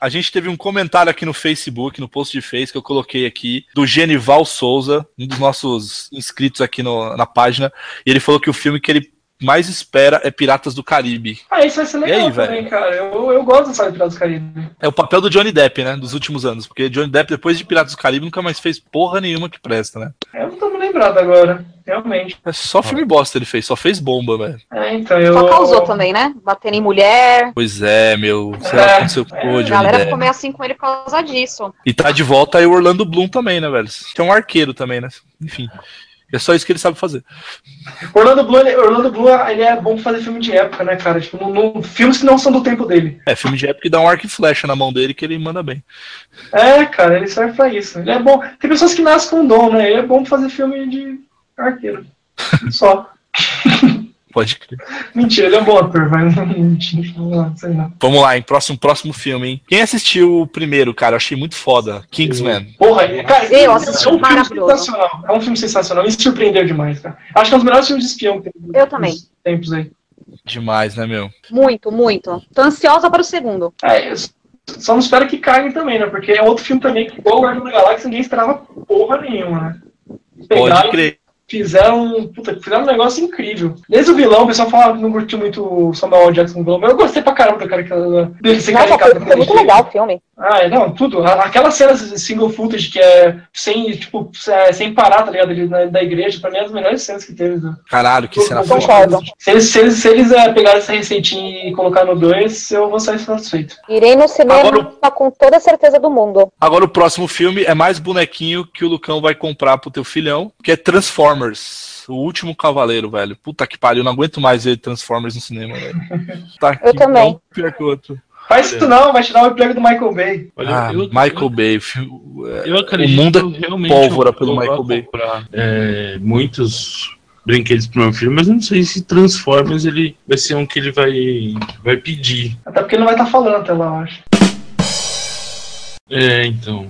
a gente teve um comentário aqui no Facebook, no post de Face, que eu coloquei aqui, do Genival Souza, um dos nossos inscritos aqui no- na página, e ele falou que o filme que ele mais espera é Piratas do Caribe.
Ah, isso vai ser legal
aí,
também, cara. Eu, eu gosto dessa Piratas do Caribe.
É o papel do Johnny Depp, né, dos últimos anos, porque Johnny Depp, depois de Piratas do Caribe, nunca mais fez porra nenhuma que presta, né?
Eu não tô me lembrado agora, realmente.
É só filme
Ah.
bosta ele fez, só fez bomba, velho.
É, então eu...
Só causou também, né? Batendo em mulher.
Pois é, meu, sei lá o que aconteceu com o
A
Johnny
galera ficou
Depp.
meio assim com ele por causa disso.
E tá de volta aí o Orlando Bloom também, né, velho? Que é um arqueiro também, né? Enfim, é só isso que ele sabe fazer.
Orlando Bloom, ele, Orlando Bloom, ele é bom pra fazer filme de época, né, cara? Tipo, não- não- filmes que não são do tempo dele.
É, filme de época que dá um arco e flecha na mão dele que ele manda bem.
É, cara, ele serve pra isso. Ele é bom. Tem pessoas que nascem com dom, né? Ele é bom pra fazer filme de arqueiro. Só.
Pode crer.
Mentira, ele é um bom ator, vai. Mentira, vamos lá, sei lá.
Vamos lá, em próximo, próximo filme, hein? Quem assistiu o primeiro, cara? Eu achei muito foda. Kingsman.
Porra, cara,
Eu assisti,
é um filme
maravilhoso.
sensacional. É um filme sensacional. Me surpreendeu demais, cara. Acho que é um dos melhores filmes de espião que tem.
Eu também.
nos Tempos aí.
Demais, né, meu?
Muito, muito. Tô ansiosa para o segundo.
É, eu s- só não espero que caguem também, né? Porque é outro filme também que, igual o Guardião da Galáxia, ninguém esperava porra nenhuma, né?
Pode
Pegaram-
crer.
fizeram, puta, fizeram um negócio incrível. Desde o vilão, o pessoal fala que não curtiu muito o Samuel Jackson como vilão, mas eu gostei pra caramba do cara que né, dele ser
Nossa,
caricado
foi, foi muito legal o filme.
Ah, é, não, tudo. A- Aquela cena single footage que é sem, tipo, é, sem parar, tá ligado? Ele na- Da igreja, pra mim é as melhores cenas que teve. né?
Caralho, que cena
Eu
foda.
Concordo.
Se eles, se eles, se eles é, pegarem essa receitinha e colocar no 2, eu vou sair satisfeito.
Irei no cinema com toda a certeza do mundo.
Agora o próximo filme é mais bonequinho que o Lucão vai comprar pro teu filhão, que é Transformers. O último cavaleiro, velho. Puta que pariu, não aguento mais ver Transformers no cinema, velho. Tá
Eu também.
um pior que o outro.
Faz isso não, vai te dar o emprego do Michael Bay.
Ah, Michael Bay. fi- é,
Eu acredito
O mundo é
que eu realmente
pólvora
eu-
pelo
eu vou
Michael Bay.
comprar, é, muitos brinquedos pro meu filho, mas eu não sei se Transformers ele vai ser um que ele vai, vai pedir.
Até porque ele não vai estar falando até lá, eu acho.
É, então.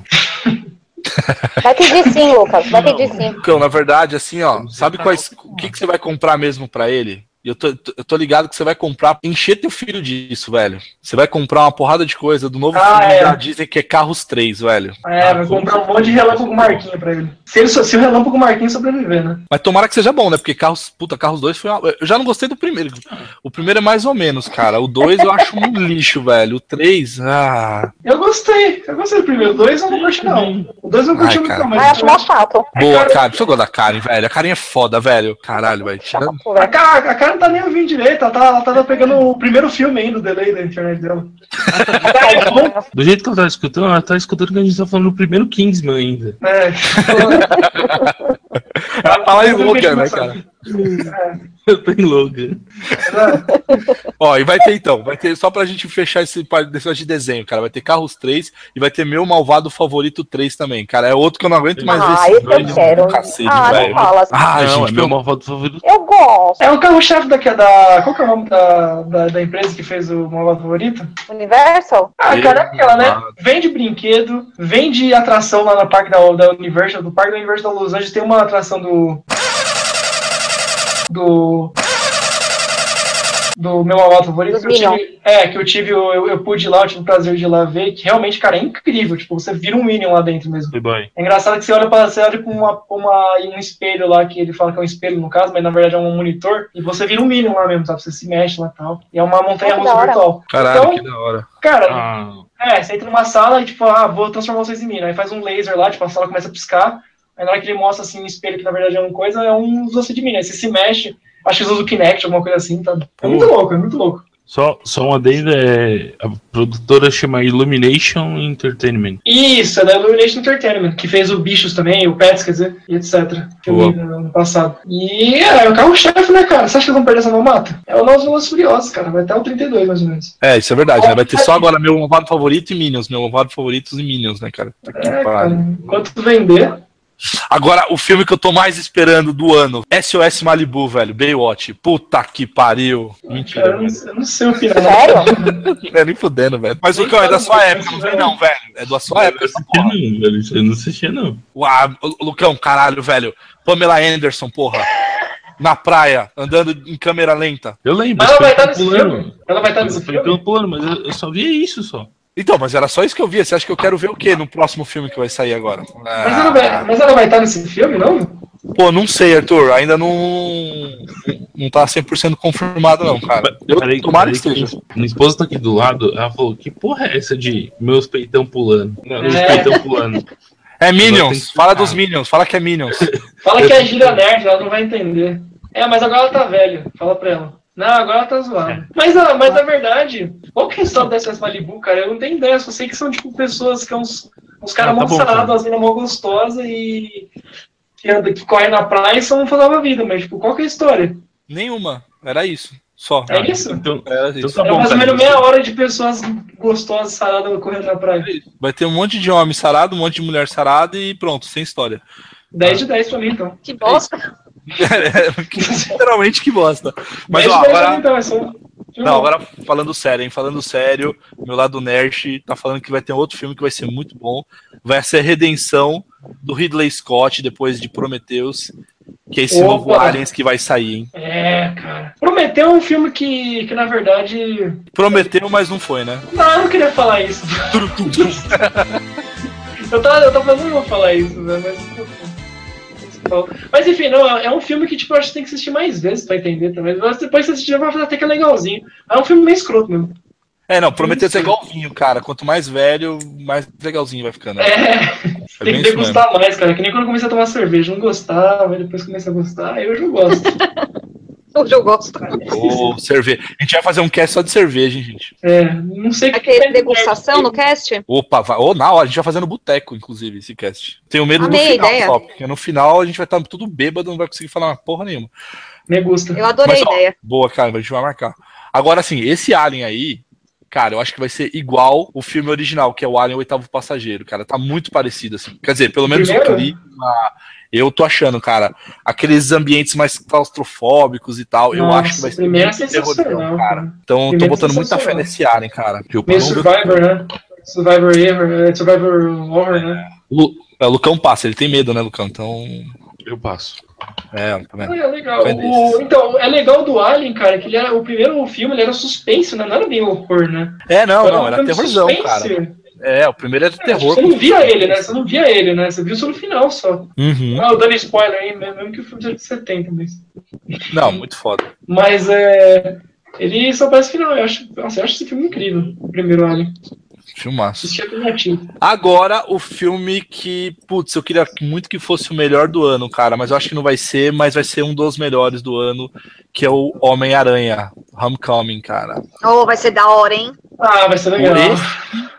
Vai pedir sim, Lucas. Vai
Não.
pedir sim.
Lucão, na verdade, assim, ó, sabe
tá
quais,
bom.
o que, que você vai comprar mesmo pra ele? E Eu tô, eu tô ligado que você vai comprar, encher teu filho disso, velho. Você vai comprar uma porrada de coisa do novo
Ah,
filme
é.
da Disney que é Carros 3, velho.
É,
Ah,
vai
com
comprar um
certeza.
monte de relâmpago Marquinho pra ele. Se, ele so- se o relâmpago Marquinho sobreviver, né?
Mas tomara que seja bom, né? Porque Carros, puta, Carros 2 foi uma... Eu já não gostei do primeiro. O primeiro é mais ou menos, cara. O 2 eu acho um lixo, velho. O 3, ah...
Eu gostei, eu gostei do primeiro. O 2 eu não curti, não. O 2 eu não
Ai,
curti muito,
cara.
não,
Mas
mas.
Ah, acho mó chato.
Boa, cara. Deixa eu gosto da Karen, velho. A Karen é foda, velho. Caralho, velho. Tira...
Chato,
A
velho.
cara, a cara não tá nem ouvindo direito, ela tá, ela tá pegando o primeiro filme ainda, o delay da internet dela. é bom,
Do jeito que ela tá escutando, ela tá escutando que a gente tá falando do primeiro Kingsman ainda.
né?
Ela tá lá em Logan, né, cara?
é,
Eu tô em Logan.
Ó, e vai ter então, vai ter só pra gente fechar esse par- esse negócio de desenho, cara. Vai ter Carros 3 e vai ter meu malvado favorito 3 também, cara. É outro que eu não aguento mais ver.
Ah,
esse
esse eu
doido.
quero.
Cacete,
Ah,
velho.
não fala.
Ah,
não,
gente,
é
pelo-
meu malvado favorito.
Eu gosto.
É o carro-chefe daqui, é da. Qual que é o nome da, da, da empresa que fez o Malvado Favorito?
Universal?
Ah, cara, é aquela, né?
Exato.
Vende brinquedo, vende atração lá no parque da, da Universal. Do parque da Universal da Los Angeles tem uma atração do. Do. Do meu malvado favorito.
Dos
Que eu tive, é, que eu tive, eu, eu, eu pude ir lá, eu tive o prazer de ir lá ver, que realmente, cara, é incrível. Tipo, você vira um Minion lá dentro mesmo.
Foi bom.
É engraçado que você olha para você olha pra uma, pra uma- um espelho lá, que ele fala que é um espelho no caso, mas na verdade é um monitor, e você vira um Minion lá mesmo, sabe? Você se mexe lá e tal. E é uma montanha
Ah, que
russa
da hora.
virtual.
Caralho,
Então-
que da hora.
Cara,
Ah,
é, você entra numa sala e tipo, ah, vou transformar vocês em Minion. Aí faz um laser lá, tipo, a sala começa a piscar. Aí na hora que ele mostra assim um espelho que na verdade é uma coisa, é um doce de Minion. Aí você se mexe, acho que usa o Kinect, alguma coisa assim, tá? É muito louco, é muito louco.
só, só uma deles é. A produtora chama Illumination Entertainment.
Isso, é da Illumination Entertainment, que fez o Bichos também, o Pets, quer dizer, e etc. Filme no ano passado. E é, é o carro-chefe, né, cara? Você acha que eles vão perder essa mamata? É o Novos Velozes Furiosos, cara. Vai até o 32, mais ou menos.
É, isso é verdade, né? Vai ter só agora meu malvado favorito e Minions. Meu malvado favorito e Minions, né, cara? Tá que
É, cara.
pariu.
Enquanto vender.
Agora, o filme que eu tô mais esperando do ano: SOS Malibu, velho. Baywatch. Puta que pariu.
Cara, eu
Mentira,
não, eu não sei o final.
Sério?
velho. É nem fudendo, velho. Mas o
Nem
Cão é da
falo,
sua
cara.
época, não sei não, velho. É da sua época, essa
Eu
porra.
não, velho, isso eu não assistia, não.
Uau, Lucão, caralho, velho. Pamela Anderson, porra. Na praia, andando em câmera lenta.
Eu lembro.
Mas
isso
ela
foi
vai estar
pelo
nesse
plano.
filme? Ela vai estar
Isso
nesse
foi
filme?
pelo plano, mas eu, eu só via isso só.
Então, mas era só isso que eu via. Você acha que eu quero ver o quê no próximo filme que vai sair agora? Ah,
Mas ela, vai, mas ela vai estar nesse filme, não?
Pô, não sei, Arthur. Ainda não. Não tá 100% confirmado, não, cara. Eu,
Peraí,
tomara que
peraí,
esteja.
Minha esposa tá aqui do lado, ela falou, que porra é essa de meus peitão pulando? Não, meus
É.
peitão pulando.
É
Agora tem
Minions.
que-
Fala dos Minions. Fala que é Minions.
Fala que é gira nerd, ela não vai entender. É, mas agora ela tá velha. Fala pra ela. Não, agora ela tá zoada.
É.
Mas, ah, mas na verdade, qual que é a história dessas Malibu, cara? Eu não tenho ideia, eu só sei que são tipo pessoas que são uns, uns caras
Ah, tá
mó
bom,
sarados,
cara.
umas minas mó gostosas e que, anda, que corre na praia e são fantasma vida, mas tipo, qual que é a história?
Nenhuma. Era isso. Só.
É isso?
Então,
Era
então
isso.
tá
É
bom,
mais ou
cara.
menos meia hora de pessoas gostosas, saradas correndo na praia.
Vai ter um monte de homem sarado, um monte de mulher sarada e pronto, sem história.
10 de 10 pra mim, então.
Que bosta.
Literalmente que bosta. Mas
10
ó,
de 10 pra
agora.
mim, então, é só...
Não, agora falando sério, hein? Falando sério, meu lado nerd tá falando que vai ter outro filme que vai ser muito bom. Vai ser a Redenção do Ridley Scott depois de Prometheus, que é esse
Opa!
novo Aliens que vai sair, hein?
É, cara. Prometeu um filme que, que na verdade
Prometeu, mas não foi, né?
Não, eu não queria falar isso. eu tava, eu tava falando, não vou falar isso, né? tá Mas. Então, Mas enfim, não, é um filme que tipo, eu acho que tem que assistir mais vezes pra entender também. Mas depois que você assistir, vai falar até que é legalzinho. É um filme meio escroto mesmo.
É, não, Prometheus é igual vinho, cara. Quanto mais velho, mais legalzinho vai ficando. É,
É, tem
bem
que
isso mesmo.
degustar mais, cara. Que nem quando eu comecei a tomar cerveja, não gostava, aí depois comecei a gostar, aí hoje eu gosto.
Hoje eu gosto.
Ô, cerveja. A gente vai fazer um cast só de cerveja, hein, gente.
É, não sei o
Vai
que
ter
tem
degustação no cast?
Opa, vai. Ô, na hora, a gente vai fazer no boteco, inclusive, esse cast. Tenho medo
Amei a
do final
ideia.
só, porque no final a gente vai estar tudo bêbado, não vai conseguir falar uma porra nenhuma.
Degusta.
Eu adorei
Mas, ó,
a ideia.
Boa, cara, a gente vai marcar. Agora, assim, esse Alien aí, cara, eu acho que vai ser igual o filme original, que é o Alien o Oitavo Passageiro, cara. Tá muito parecido, assim. Quer dizer, pelo menos o
Primeiro?
clima. Eu tô achando, cara, aqueles ambientes mais claustrofóbicos e tal, eu
Nossa,
acho que vai ser
primeiro
muito
é sensacional,
terrorzão,
cara.
cara. Então, eu tô
Primeiro é
botando muita fé
sensacional.
nesse Alien, cara. Eu,
Meio
não-
Survivor, né? Survivor Ever, é, Survivor Horror, né?
Lu- é, o Lucão passa, ele tem medo, né, Lucão? Então,
Eu passo.
é, tá vendo?
Ah, É legal.
Foi
O-
desses.
então, é legal do Alien, cara, que ele era, o primeiro filme ele era suspense, né? Não era bem horror, né?
É, não,
Era um
não, era
filme
terrorzão,
suspense.
cara. É, o primeiro era terror.
Você não via ele, né? Você não via ele, né? Você viu só no final só.
Uhum.
Ah, eu dando spoiler aí, mesmo que o filme seja de 70, mas.
Não, muito foda.
Mas é. Ele só parece final, eu acho. Nossa, eu acho esse filme incrível, o primeiro Alien.
Filmaço.
Assisti com minha tia.
Agora, o filme que, putz, eu queria muito que fosse o melhor do ano, cara, mas eu acho que não vai ser, mas vai ser um dos melhores do ano, que é o Homem-Aranha, Homecoming, cara.
Oh, vai ser da hora, hein?
Ah, vai ser
Por
legal.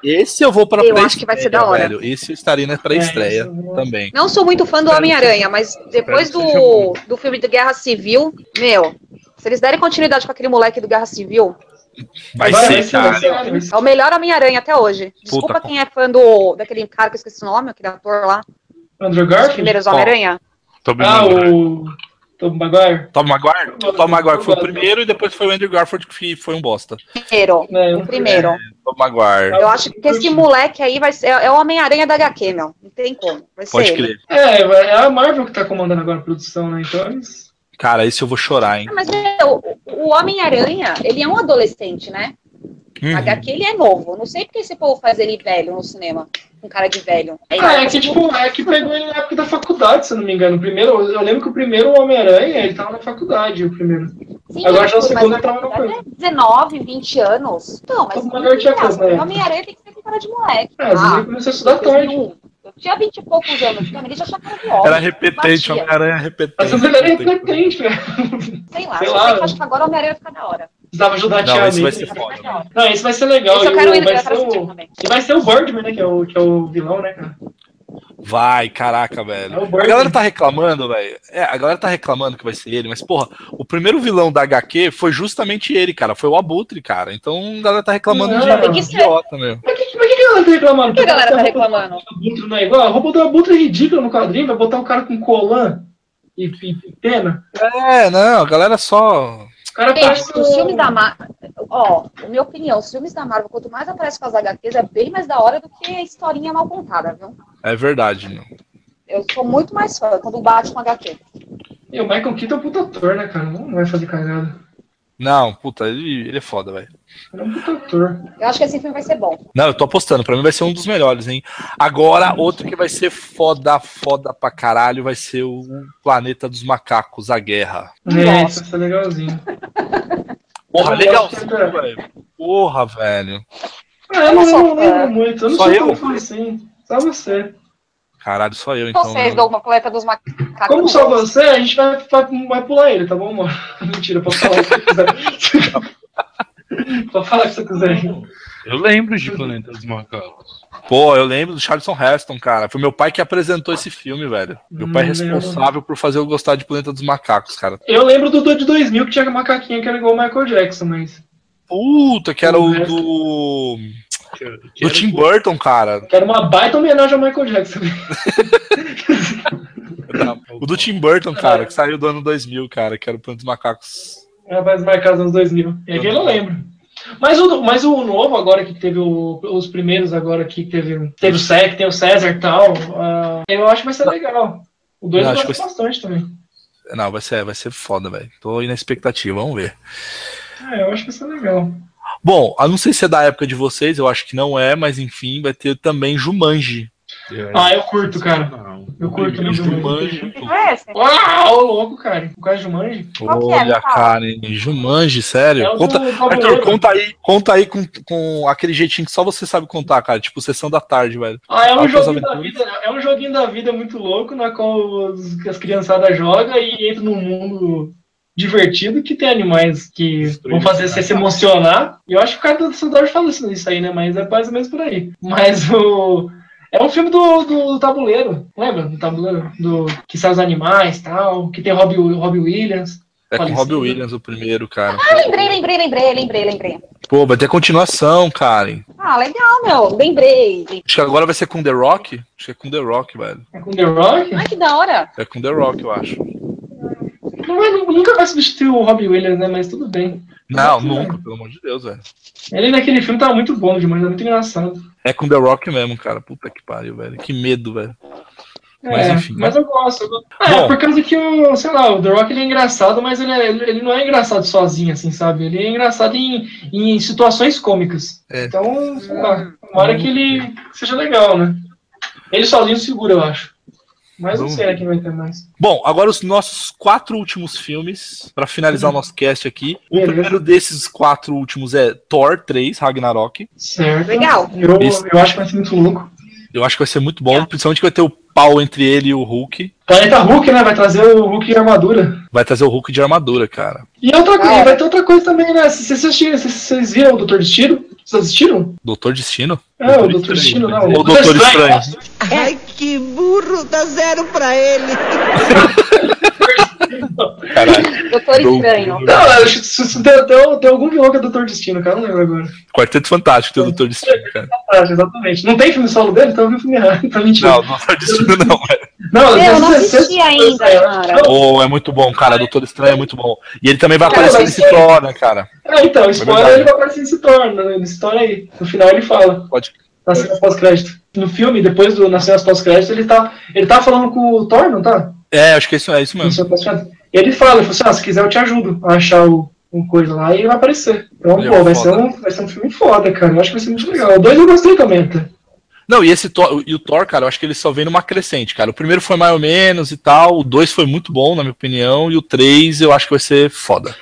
Esse eu vou pra
Eu
pré-estreia,
acho que vai ser da hora.
velho. Esse eu estarei na pré-estreia
É, isso.
também.
Não sou muito fã do
Espero
Homem-Aranha, mas depois
espero que seja bom.
do, do filme do Guerra Civil, meu, se eles derem continuidade com aquele moleque do Guerra Civil,
Vai
Vai, vai
ser,
ser,
cara.
vai ser, vai ser.
é o melhor Homem-Aranha até hoje. Desculpa
Puta,
quem é fã do, daquele cara que eu esqueci o nome, aquele ator lá,
Andrew
dos
Garfield?
primeiros Homem-Aranha.
Tobey
Ah,
Maguire.
o. Tom Maguire?
Tom Maguire?
Eu
Tom Maguire
gosto.
foi o primeiro e depois foi o Andrew Garfield que foi um bosta.
Primeiro,
Né, eu
o
não-
primeiro.
Tom Maguire.
Eu acho que esse moleque aí vai ser, é o Homem-Aranha da HQ, meu. Não tem como. Vai ser
Pode
ele.
crer.
É, é a Marvel que tá comandando agora a produção, né? Então eles.
Cara, esse eu vou chorar, hein?
Ah, Mas meu, o Homem-Aranha, ele é um adolescente, né?
Uhum.
HQ ele é novo. Não sei porque esse povo faz ele velho no cinema. Com cara de velho. Sei lá,
Ah, é que tipo, é que pegou ele na época da faculdade, se eu não me engano. O primeiro, eu lembro que o primeiro Homem-Aranha, ele tava na faculdade, o primeiro.
sim,
agora já o
mas
segundo
na
tá uma
verdade
coisa.
é 19, 20 anos. Não, mas.
Todo mundo já tinha
não,
coisa, né?
Homem-Aranha tem que ser com cara de moleque.
É, às vezes ele
Ah,
começou a estudar tarde.
2001. Eu tinha 20 e poucos anos, também ele já tinha cara de homem.
Era repetente,
Batia.
Homem-Aranha é
Às
repetente.
vezes ele era
Puta que pariu.
repetente, né?
Sei lá,
Sei
só
lá,
sei que
né?
eu acho que agora o Homem-Aranha fica da hora.
Precisava ajudar a tia
Não, esse vai
May.
ser foda.
Da hora.
Não, esse vai ser legal.
Esse eu
e
quero
o-
ir,
vai
eu
ser
quero assistir
o...
também.
E vai ser o Birdman, né? Que é o, que é o vilão, né, cara?
Vai, caraca,
É
velho.
o
a
Birdman.
galera tá reclamando, velho. É, a galera tá reclamando que vai ser ele, mas, porra, o primeiro vilão da HQ foi justamente ele, cara. Foi o Abutre, cara. Então a galera tá reclamando
Não,
de
tem
que ser.
idiota, meu.
Mas que, mas que que a galera tá reclamando?
Por que a galera tá reclamando?
O Abutre não é igual? A roupa do Abutre é ridícula no quadrinho, vai botar um cara com colã e, e, e pena.
É, não, a galera só.
O cara parece
Gente, os
o-
filmes da Marvel. Ó, minha opinião, os filmes da Marvel, quanto mais aparece com as HQs, é bem mais da hora do que a historinha mal contada, viu?
É verdade, meu.
Eu sou muito mais fã quando bate com HQ.
E o Michael Keaton é um puta ator, né, cara? Não vai fazer cagada.
Não, puta, ele, ele é foda, velho.
Ele é um puta ator.
Eu acho que esse filme vai ser bom.
Não, eu tô apostando. Pra mim vai ser um dos melhores, hein? Agora, outro que vai ser foda, foda pra caralho, vai ser o Planeta dos Macacos, a Guerra.
É,
Nossa.
isso vai ser legalzinho.
Porra,
Eu gosto
legalzinho,
de tentar.
velho. Porra, velho.
Ah, eu não,
Olha só,
não lembro
é.
muito. Eu não
Só
sou
eu?
tão fã assim. Só você.
Caralho, só eu, então.
Vocês
né?
do uma coleta dos macacos.
Como só você, a gente vai, vai, vai pular ele, tá bom, amor? Mentira, pode falar o que você quiser. pode falar o que você quiser.
Eu lembro de Planeta dos Macacos.
Pô, eu lembro do Charleston Heston, cara. Foi meu pai que apresentou esse filme, velho. Meu pai é
Hum,
responsável por fazer eu gostar de Planeta dos Macacos, cara.
Eu lembro do de 2000 que tinha macaquinha que era igual o Michael Jackson, mas.
Puta, que era
O
o
resto-
do.
Que, que
Do
era-
Tim Burton, cara.
Que era uma baita homenagem ao Michael Jackson.
O É. do Tim Burton, cara, que saiu do ano 2000, cara, que era o Planeta dos Macacos.
Era mais marcado nos 2000. E aquele
Uhum.
eu lembro. Mas o, mas o novo agora que teve o- os primeiros agora que teve, o- teve o Sec, tem o César e tal. ah, eu acho que vai ser legal. O 2
Eu
eu
acho
gosto
que vai
bastante também.
Não, vai ser, vai ser foda, velho. Tô aí na expectativa, vamos ver.
É, eu acho que vai ser legal.
Bom, eu não sei se é da época de vocês, eu acho que não é, mas enfim, vai ter também Jumanji.
Ah, eu curto, cara.
Não. um
Eu curto
Primeiro
muito.
Jumanji, pô.
Conhece?
Uau, louco, cara. O cara de Manji.
Qual que é?
Olha,
Me fala.
Karen, Jumanji, sério.
É o do
conta, Arthur,
tabuleiro.
conta aí, conta aí com, com aquele jeitinho que só você sabe contar, cara. Tipo, sessão da tarde, velho.
Ah, é um
Altas
joguinho da
Aventuras.
vida, é um joguinho da vida muito louco, na qual os- as criançadas jogam e entram num mundo divertido que tem animais que
Destruindo
vão fazer você
cidade.
se emocionar. E eu acho que o cara do Sandor fala isso, isso aí, né? Mas é mais ou menos por aí. Mas o. É um filme do, do, do tabuleiro, lembra? Do tabuleiro, do que sai os animais e tal, que tem Robbie, Robbie Williams.
É com
Olha,
Robbie
sim.
Williams o primeiro, cara.
Ah, lembrei, lembrei, lembrei, lembrei, lembrei.
Pô, vai ter continuação, Karen.
Ah, legal, meu. Lembrei.
Acho que agora vai ser com The Rock. Acho que é com The Rock, velho.
É com The Rock?
Ai, que da hora.
É com The Rock, eu acho.
Não vai- nunca vai substituir o Robbie Williams, né? Mas tudo bem.
Não, nunca, pelo amor de Deus, velho.
Ele naquele filme tá muito bom demais, é muito engraçado.
É com The Rock mesmo, cara. Puta que pariu, velho. Que medo, velho.
É,
Mas
mas,
enfim, mas-
eu gosto. eu gosto. Ah,
Bom.
é por causa que o, sei lá, o The Rock ele é engraçado, mas ele, é- ele ele não é engraçado sozinho, assim, sabe? Ele é engraçado em, em situações cômicas.
É.
Então, sei
Hum.
lá, uma hora que ele seja legal, né? Ele sozinho segura, eu acho. Mas não
Vamos
sei né, quem vai ter mais.
Bom, agora os nossos quatro últimos filmes, pra finalizar o nosso cast aqui. O
Beleza.
primeiro desses quatro últimos é Thor 3, Ragnarok.
Certo.
Legal.
Eu,
Isso.
eu acho que vai ser muito louco.
Eu acho que vai ser muito bom, principalmente que vai ter o pau entre ele e o Hulk.
Planeta Hulk, né? Vai trazer o Hulk em armadura.
Vai trazer o Hulk de armadura, cara.
E outra coisa,
Cara.
vai ter outra coisa também, né? Vocês, assistiram- vocês, vocês viram o Doutor Destino? Vocês assistiram?
Doutor Destino?
É, o
Doutor
Doutor
Estranho,
Destino,
né?
não.
Ou Doutor Estranho.
Ai, que burro, dá zero pra ele.
Caralho.
Doutor
Dou-
Estranho.
Não, eu acho que isso- isso tem, tem, tem algum vilão que é Doutor Destino, cara, eu não lembro agora.
Quarteto Fantástico tem o Doutor Destino, cara.
Ah, exatamente. Não tem filme solo dele? Então eu vi o filme errado, tá mentindo.
Não, Doutor Destino não. velho.
não,
Eu não
16
assisti ainda, cara.
Oh, é muito bom, cara. Doutor Estranho é muito bom. E ele também vai
Cara,
aparecer
mas
nesse
sim.
Thor, né, cara?
É, então, spoiler,
verdade.
ele vai aparecer nesse torno, né, nesse torno aí. No final ele fala,
Pode.
nas cenas pós-crédito. No filme, depois do, nas cenas pós-crédito, ele tá, ele tá falando com o Thor, não tá?
É, acho que é isso, é isso
Nas
mesmo.
cenas pós-crédito. E ele fala, ele falou assim, ah, se quiser eu te ajudo a achar o, o coisa lá e ele vai aparecer. Então,
Meu,
pô, vai ser,
é foda.
um, vai ser um filme foda, cara. Eu acho que vai ser muito legal. O dois eu gostei também, tá?
Não, e esse Thor, e o Thor, cara, eu acho que ele só vem numa crescente, cara. O primeiro foi mais ou menos e tal. O dois foi muito bom, na minha opinião. E o três eu acho que vai ser foda.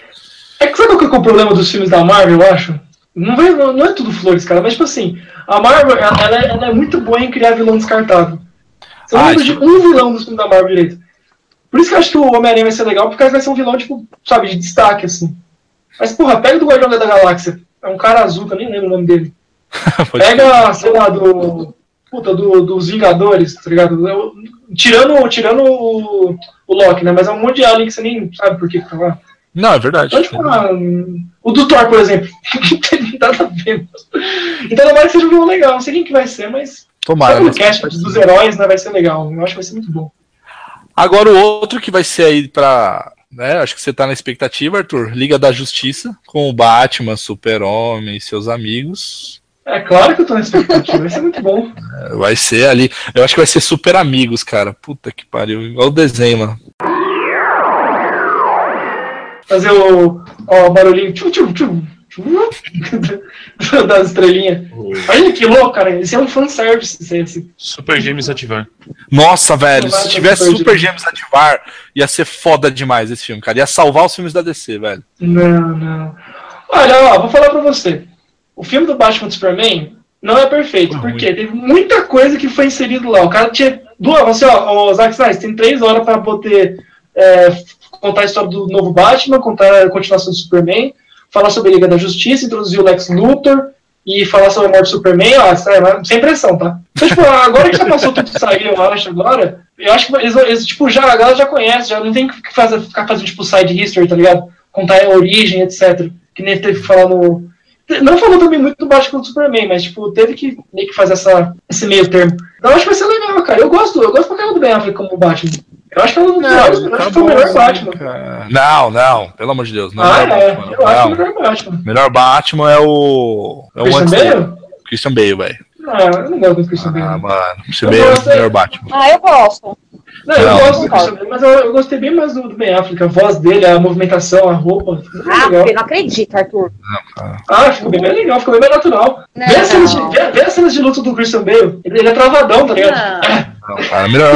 É que sabe qual que é o problema dos filmes da Marvel, eu acho? Não, vai- não- não é tudo flores, cara, mas tipo assim, a Marvel, ela, ela é- ela é muito boa em criar vilão descartável. Eu não
Ah,
lembro
isso-
de um vilão dos filmes da Marvel direito. Por isso que eu acho que o Homem-Aranha vai ser legal, porque vai ser um vilão, tipo, sabe, de destaque, assim. Mas, porra, pega do Guardião da Galáxia. É um cara azul, que eu nem lembro o nome dele.
Pode-
Pega, sei lá, do. Puta, do, dos Vingadores, tá ligado? Eu- tirando tirando o, o Loki, né? Mas é um monte de alien que você nem sabe por que que tá lá.
Não, é verdade.
Então, tipo, ah, o do Thor, por exemplo. Não tem nada a ver. Então, tomara que seja um jogo legal. Não sei quem que vai ser, mas.
Tomara.
sabe
né?
o cast dos heróis, né? Vai ser legal. Eu acho que vai ser muito bom.
Agora o outro que vai ser aí pra. Né, acho que você tá na expectativa, Arthur. Liga da Justiça, com o Batman, Super-Homem e seus amigos.
É claro que eu tô na expectativa. Vai ser muito bom.
É, Vai ser ali. Eu acho que vai ser Super Amigos, cara. Puta que pariu. Igual o desenho, mano.
Fazer o, ó, o barulhinho. Tchum, tchum, tchum. tchum, das estrelinhas.
O
Olha que louco, cara. Esse é um fanservice. Esse, esse.
Super Gêmeos ativar.
Nossa, velho.
Vai
Se
ter
tivesse
Super
Super
Gêmeos.
Gêmeos ativar, ia ser foda demais esse filme, cara. Ia salvar os filmes da DC, velho.
Não, não. Olha, ó, vou falar pra você. O filme do Batman do Superman não é perfeito,
Não,
porque teve muita coisa que foi inserido lá. O cara tinha duas, assim, ó, o Zack Snyder tem três horas pra poder é, contar a história do novo Batman, contar a continuação do Superman, falar sobre a Liga da Justiça, introduzir o Lex Luthor e falar sobre a morte do Superman, ó, sai, mas sem pressão, tá? Então, tipo, agora que já passou tudo isso aí, eu acho, agora, eu acho que eles, eles, tipo, já, a galera já conhece, já não tem que fazer, ficar fazendo, tipo, side history, tá ligado? Contar a origem, etc. Que nem teve que falar no... Não falou também muito do Batman do Superman, mas, tipo, teve que meio que fazer essa, esse meio termo. Então, eu acho que vai ser legal, cara. Eu gosto, eu gosto pra caramba do Ben Affleck como Batman. Eu acho que é um dos melhores, eu acho que foi o melhor Batman.
Não, não. Pelo amor de Deus. Não
Ah,
é o
é.
Batman,
Eu acho que é o
não.
melhor Batman.
O melhor Batman é o. É o
Christian
antes dele.
Bale?
Christian Bale, velho.
Ah, eu não gosto do Christian
Ah,
Bale.
mano. Christian
Eu
Bale é o
gosto,
melhor
é.
Batman.
Ah, eu gosto.
Não, eu
Não.
gosto disso, mas eu, eu gostei bem mais do, do Ben Affleck, a voz dele, a movimentação, a roupa. Ficou bem
Ah,
legal.
eu não acredito, Arthur.
Ah, ficou bem, bem legal, ficou bem, bem natural. Vê as, cenas de,
Não. Ah.
vê- vê as cenas de luta do Christian Bale. Ele, ele é travadão, tá ligado?
Não, cara, melhor.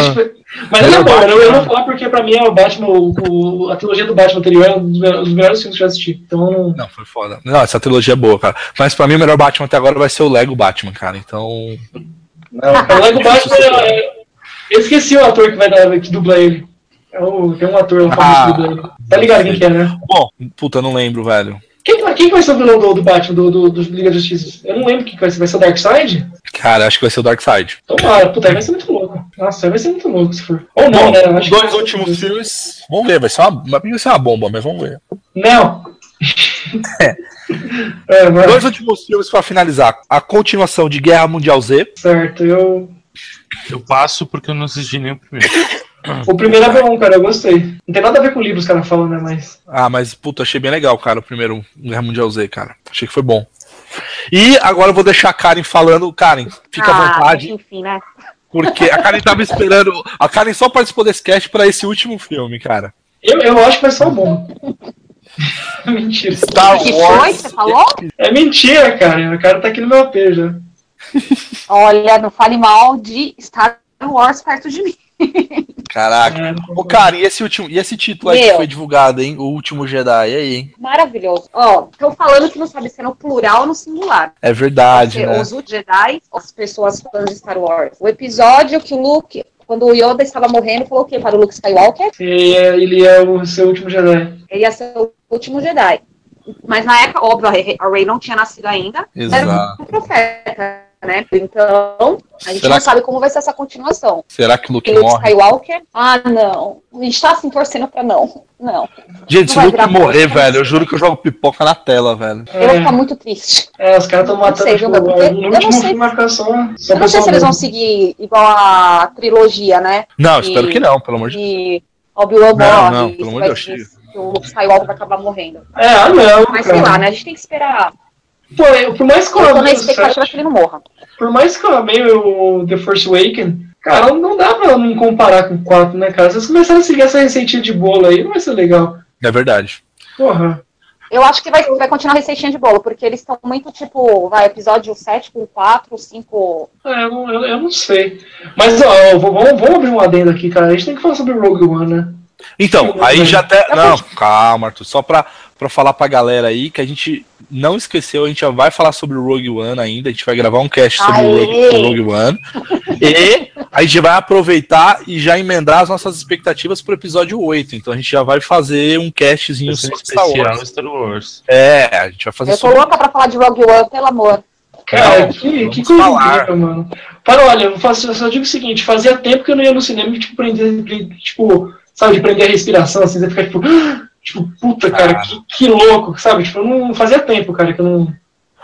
Mas ele é bom, eu,
né?
eu não vou falar porque pra mim é o Batman, o, o- a trilogia do Batman anterior é um dos me- dos melhores filmes que eu já assisti. Então,
Não, foi foda. Não, essa trilogia é boa, cara. Mas pra mim o melhor Batman até agora vai ser o Lego Batman, cara. Então.
o Lego Batman é, é- Eu esqueci o ator que vai dar, que dubla ele. É o- tem um ator lá
Ah.
famoso que dubla ele. Tá ligado quem que é, né?
Bom, puta, não lembro, velho.
Quem, quem que vai ser o vilão do, do Batman, do, do, do Liga da Justiça? Eu não lembro quem que vai ser. Vai ser o Darkseid?
Cara, acho que vai ser o Darkseid.
Tomara, puta, aí vai ser muito louco. Nossa, aí vai ser muito louco se for. Ou não,
Bom,
né? Eu
os
acho que-
dois últimos filmes. Vamos ver, vai ser uma, vai ser uma bomba, mas vamos ver.
Não! É,
Os
vai.
dois últimos filmes pra finalizar. A continuação de Guerra Mundial Z.
Certo, eu.
Eu passo porque eu não assisti nem o primeiro.
O primeiro é bom, cara, eu gostei. Não tem nada a ver com o livro, os caras falam, né? Mas.
Ah, mas puta, achei bem legal, cara, o primeiro Guerra Mundial Z, cara. Achei que foi bom. E agora eu vou deixar a Karen falando. Karen, fica à vontade,
Enfim, né?
porque a Karen tava esperando. A Karen só participou desse cast pra esse último filme, cara.
Eu, eu acho que vai ser um bom. mentira.
Star
O que foi que você falou?
É mentira, cara. O cara tá aqui no meu AP já.
Olha, não fale mal de Star Wars perto de mim.
Caraca.
É,
Ô, cara, e esse, último, e esse título aí que
Meu.
foi divulgado, hein? O Último Jedi, e aí, hein?
Maravilhoso. Ó, estão falando que não sabe se é no plural ou no singular.
É verdade,
Porque
né?
Os Jedi, as pessoas fãs de Star Wars. O episódio que o Luke, quando o Yoda estava morrendo, falou o quê para o Luke Skywalker?
ele é- ele é o seu último Jedi.
Ele ia ser o último Jedi. Mas na época, óbvio, a Rey- a Rey não tinha nascido ainda.
Exato.
Era um profeta, né? Então, a gente
Será
não
que-
sabe como vai ser essa continuação.
Será que o Luke
Porque Luke
morre?
Skywalker? Ah, não. A gente tá assim torcendo pra não. Não.
Gente, se o
Não vai
Luke
virar
morrer,
bosta.
velho, eu juro que eu jogo pipoca na tela, velho.
Eu vou
É.
ficar muito triste.
É, os caras estão
Não
matando.
sei,
tipo,
Gilberto, porque
no
eu não
último
sei
filme vai ficar só. só
Eu não sei
pessoal
se eles vão
mesmo.
seguir igual a trilogia, né?
Não, eu
E-
espero que não, pelo amor de
De Obi-Wan
Não,
morre,
não, pelo
isso
amor
vai
de Deus,
ser- que o Luke Skywalker vai acabar morrendo.
É, ah, não.
Mas
cara.
sei lá, né? A gente tem que esperar.
Pô, eu- por mais que eu
Eu tô
ame
na
o
expectativa
set,
que ele não morra.
por mais que eu amei o The Force Awakens, cara, não dá pra não comparar com o 4, né, cara? Se eles começarem a seguir essa receitinha de bolo aí, não vai ser legal.
É verdade.
Porra.
Eu acho que vai, vai continuar receitinha de bolo, porque eles estão muito tipo, vai, episódio 7 com 4, 5.
É, eu, não, eu, eu não sei. Mas, ó, ó, vamos, vamos abrir um adendo aqui, cara. A gente tem que falar sobre Rogue One, né?
Então,
Não,
aí
velho.
já até.
Eu
Não, calma, Arthur. Só pra, pra falar pra galera aí que a gente não esqueceu, a gente já vai falar sobre o Rogue One ainda. A gente vai gravar um cast sobre o Rogue,
Aê!
o Rogue One. E a gente vai aproveitar e já emendar as nossas expectativas pro episódio 8. Então a gente já vai fazer um castzinho
Eu sou
só de Star Wars.
especial Star Wars.
É, a gente vai fazer
Eu tô louca pra falar de Rogue One, pelo amor.
Cara,
Não,
que, que
vamos
coisa
falar.
incrível, mano. Para, olha, eu, faço, eu só digo o seguinte, fazia tempo que eu não ia no cinema e, tipo, prender, pre- tipo, sabe, de prender a respiração, assim, você fica, tipo, tipo, puta, cara,
Cara.
Que, que louco, sabe? Tipo, eu não fazia tempo, cara, que eu não...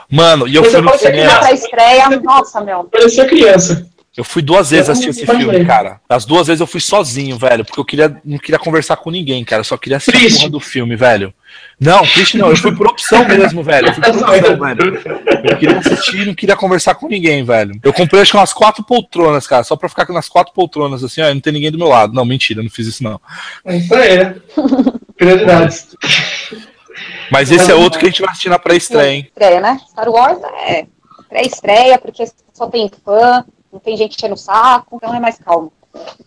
Mano, e eu
Mas
fui
eu
no
falei que
cinema.
Pra estreia, nossa, meu.
Parecia criança.
Eu fui duas vezes
Eu
assistir esse
também.
filme, cara. As duas vezes eu fui sozinho, velho, porque eu queria, não queria conversar com ninguém, cara. Eu só queria assistir
Triste.
a porra do filme, velho. Não, triste não. Eu fui por opção mesmo, velho. Eu fui por
então,
opção, velho. Eu queria assistir e não queria conversar com ninguém, velho. Eu comprei acho que umas quatro poltronas, cara, só pra ficar nas quatro poltronas, assim, ó, e não tem ninguém do meu lado. Não, mentira, eu não fiz isso, não.
É Isso aí, né? Prioridades.
Mas esse é outro que a gente vai assistir na pré-estreia, hein?
Estreia, né? Star Wars é pré-estreia, porque só tem fã, não tem gente enchendo o saco, então é mais calmo.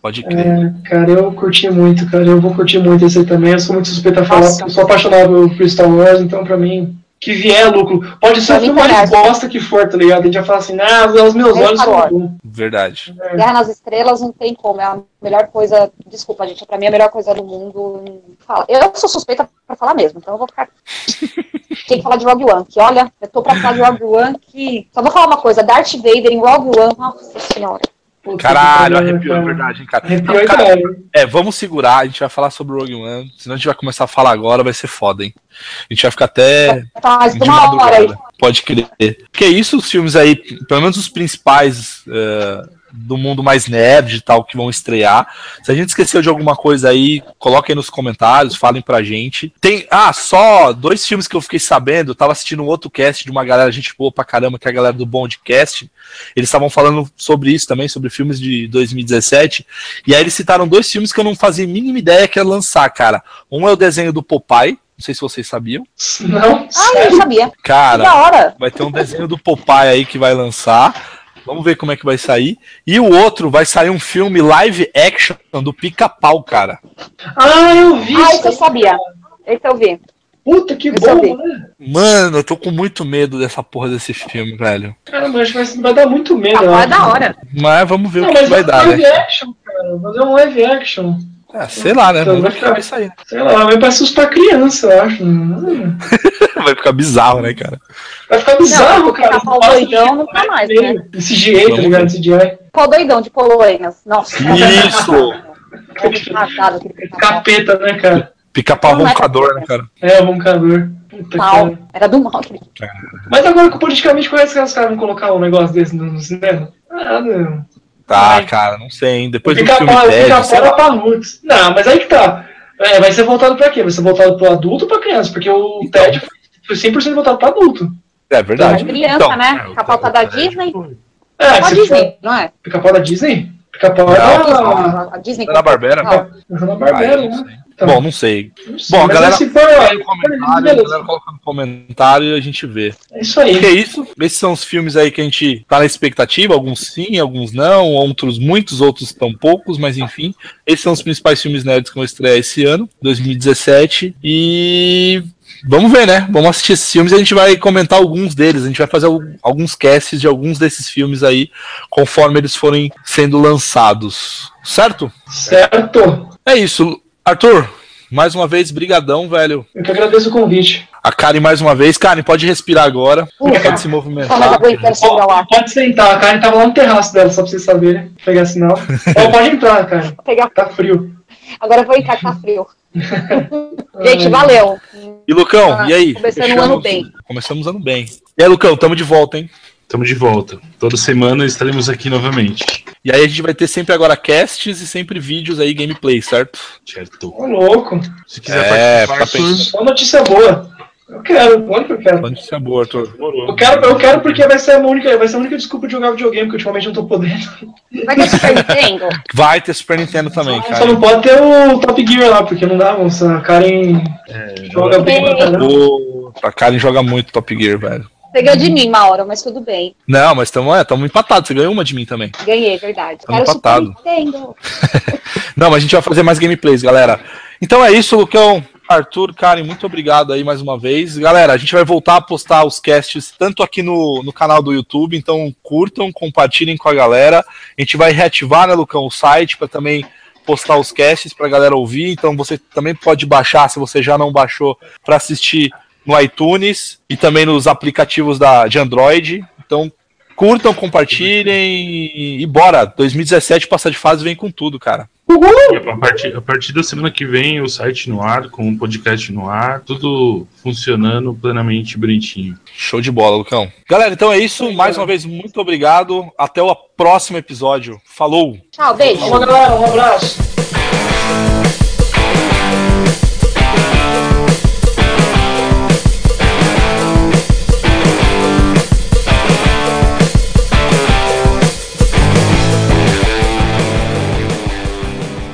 Pode crer.
É, cara, eu curti muito, cara, eu vou curtir muito esse aí também, eu sou muito suspeito a falar,
Nossa.
porque eu sou apaixonado por Star Wars, então, pra mim... Que vier lucro. Pode ser o
Pra mim,
filme mais
parece.
bosta que for, tá ligado? A gente já fala assim, ah, os meus
É
olhos
Star
são
Wars.
bons.
Verdade.
Guerra nas Estrelas não tem como, é a melhor coisa. Desculpa, gente, pra mim é a melhor coisa do mundo. Fala. Eu sou suspeita pra falar mesmo, então eu vou ficar. tem que falar de Rogue One, que olha, eu tô pra falar de Rogue One que. Só vou falar uma coisa: Darth Vader em Rogue One, nossa senhora.
Puta que
Caralho,
pariu,
arrepiou, é
cara.
verdade, hein, cara.
Arrepiou então,
Não,
e
cara,
caralho.
É, vamos segurar, a gente vai falar sobre o Rogue One, senão a gente vai começar a falar agora, vai ser foda, hein? A gente vai ficar até
Tá mais
de
de uma hora aí.
madrugada, pode crer. Porque é isso, os filmes aí, pelo menos os principais eh, do mundo mais nerd e tal que vão estrear. Se a gente esqueceu de alguma coisa aí, coloquem aí nos comentários, falem pra gente. Tem, ah, só dois filmes que eu fiquei sabendo, eu tava assistindo um outro cast de uma galera, gente boa pra caramba, que é a galera do Bondcast. Eles estavam falando sobre isso também, sobre filmes de 2017. E aí eles citaram dois filmes que eu não fazia a mínima ideia que ia lançar, cara. Um é o desenho do Popeye, não sei se vocês sabiam.
Não,
Ah, eu sabia. Que da
Cara,
hora.
vai ter um desenho do Popeye aí que vai lançar. Vamos ver como é que vai sair. E o outro vai sair um filme live action do Pica-Pau, cara.
Ah, eu vi
Ah,
isso.
isso eu sabia. Esse eu vi.
Puta, que
Isso eu vi.
bom, né?
Mano, eu tô com muito medo dessa porra desse filme, velho.
Caramba, acho que vai- vai dar muito medo.
Ah,
eu
pô, é
acho.
da hora.
Mas vamos ver
Não,
o que
mas
vai
vai
dar,
live
né?
action, cara. Fazer um live action.
É, sei lá, né?
Então,
Vamos ver
vai
o que
ficar-
vai sair.
Sei lá, vai pra assustar criança, eu acho. Hum.
Vai ficar bizarro, né, cara?
Vai ficar bizarro,
porque tá
cara.
pau
Passa
doidão,
de- né?
não tá mais,
meio. Esse jeito, tá
Vamos
ligado? Esse dia.
Qual doidão de Poloenas? Nossa.
Isso!
É
Matado aquele pica-pau.
Capeta, né, cara?
Pica-pau
Não é
roncador,
possível.
né, cara?
É, o roncador. Puta,
Pau.
cara.
Era do mal aquele.
Mas agora que politicamente conhece que os caras vão colocar um negócio desse no, no cinema? Ah, não.
Tá,
Ai.
cara, não sei, hein? Depois do
Fica
filme
fora, fica
Ted, sei
fora
lá.
pra Roots. Não, mas aí que tá. É, vai ser voltado pra quê? Vai ser voltado pro adulto ou pra criança? Porque o
Então.
TED foi 100% voltado pra adulto.
É verdade.
Criança,
Então,
É,
né?
o
Com a pauta
Ted-
da
o Ted
Disney.
É,
Só a
se for
Disney, não é?
pica-pau da Disney? Pica-pau
Ah, Não,
da
A Disney.
Ana Barbera?
Não.
Ana Barbera,
Ah, eu não
né? Então,
Bom, não sei.
não sei,
Bom, a
mas
galera
se for,
coloca
é,
no comentário, a galera coloca no comentário e a gente vê.
é isso aí.
E é isso. Esses são os filmes aí que a gente tá na expectativa, alguns sim, alguns não, outros muitos, outros tão poucos, mas enfim. Esses são os principais filmes nerds que vão estrear esse ano, 2017. E vamos ver, né? Vamos assistir esses filmes e a gente vai comentar alguns deles. A gente vai fazer al- alguns casts de alguns desses filmes aí, conforme eles forem sendo lançados. Certo?
Certo.
É isso. Arthur, mais uma vez, brigadão, velho.
Eu que agradeço o convite.
A Karen mais uma vez. Karen, pode respirar agora.
Puta.
Pode se
Só mais
movimentar.
aguentando chegar lá.
Pode sentar, a Karen tava lá no terraço dela, só pra vocês saberem. Pegar sinal. Ó, pode entrar, cara.
Vou pegar-
Tá frio.
Agora eu vou entrar que tá frio. Gente, valeu.
E Lucão,
Ah,
e aí?
começando o ano bem.
Começamos o ano bem. E aí, Lucão, tamo de volta, hein?
Estamos de volta. Toda semana estaremos aqui novamente.
E aí a gente vai ter sempre agora casts e sempre vídeos aí, gameplay, certo?
Certo.
Ô, louco.
Se quiser
É, fica
participar,
pensando.
Arthur,
Só notícia boa. Eu quero, olha que eu quero.
Plano de sabor, Arthur.
Eu quero, eu quero porque vai ser, a minha única, vai ser a única desculpa de jogar videogame, que ultimamente eu não tô podendo.
Vai ter Super Nintendo?
Vai ter Super Nintendo também,
Só
cara.
um
não pode ter o Top Gear lá, porque não dá, moça. A Karen
É,
É, joga né? bem pra caramba.
Pô, a Karen joga muito Top Gear, velho.
Você ganhou de mim, Mauro, mas tudo bem.
Não, mas estamos é, tamo empatados. Você ganhou uma de mim também.
Ganhei, é verdade.
Tamo
Quero Super
empatado.
Nintendo.
Não, mas a gente vai fazer mais gameplays, galera. Então é isso, Lucão. Arthur, Karen, muito obrigado aí mais uma vez. Galera, a gente vai voltar a postar os casts tanto aqui no, no canal do YouTube, então curtam, compartilhem com a galera. A gente vai reativar, né, Lucão, o site para também postar os casts para a galera ouvir. Então você também pode baixar, se você já não baixou, para assistir no iTunes e também nos aplicativos da, de Android. Então curtam, compartilhem e, e bora. 2017 passar de fase vem com tudo, cara.
e a, partir, a partir da semana que vem, o site no ar, com o podcast no ar, tudo funcionando plenamente bonitinho.
Show de bola, Lucão. Galera, então é isso. Mais uma vez, muito obrigado. Até o próximo episódio. Falou!
Tchau, beijo.
Vamos, galera. Um abraço.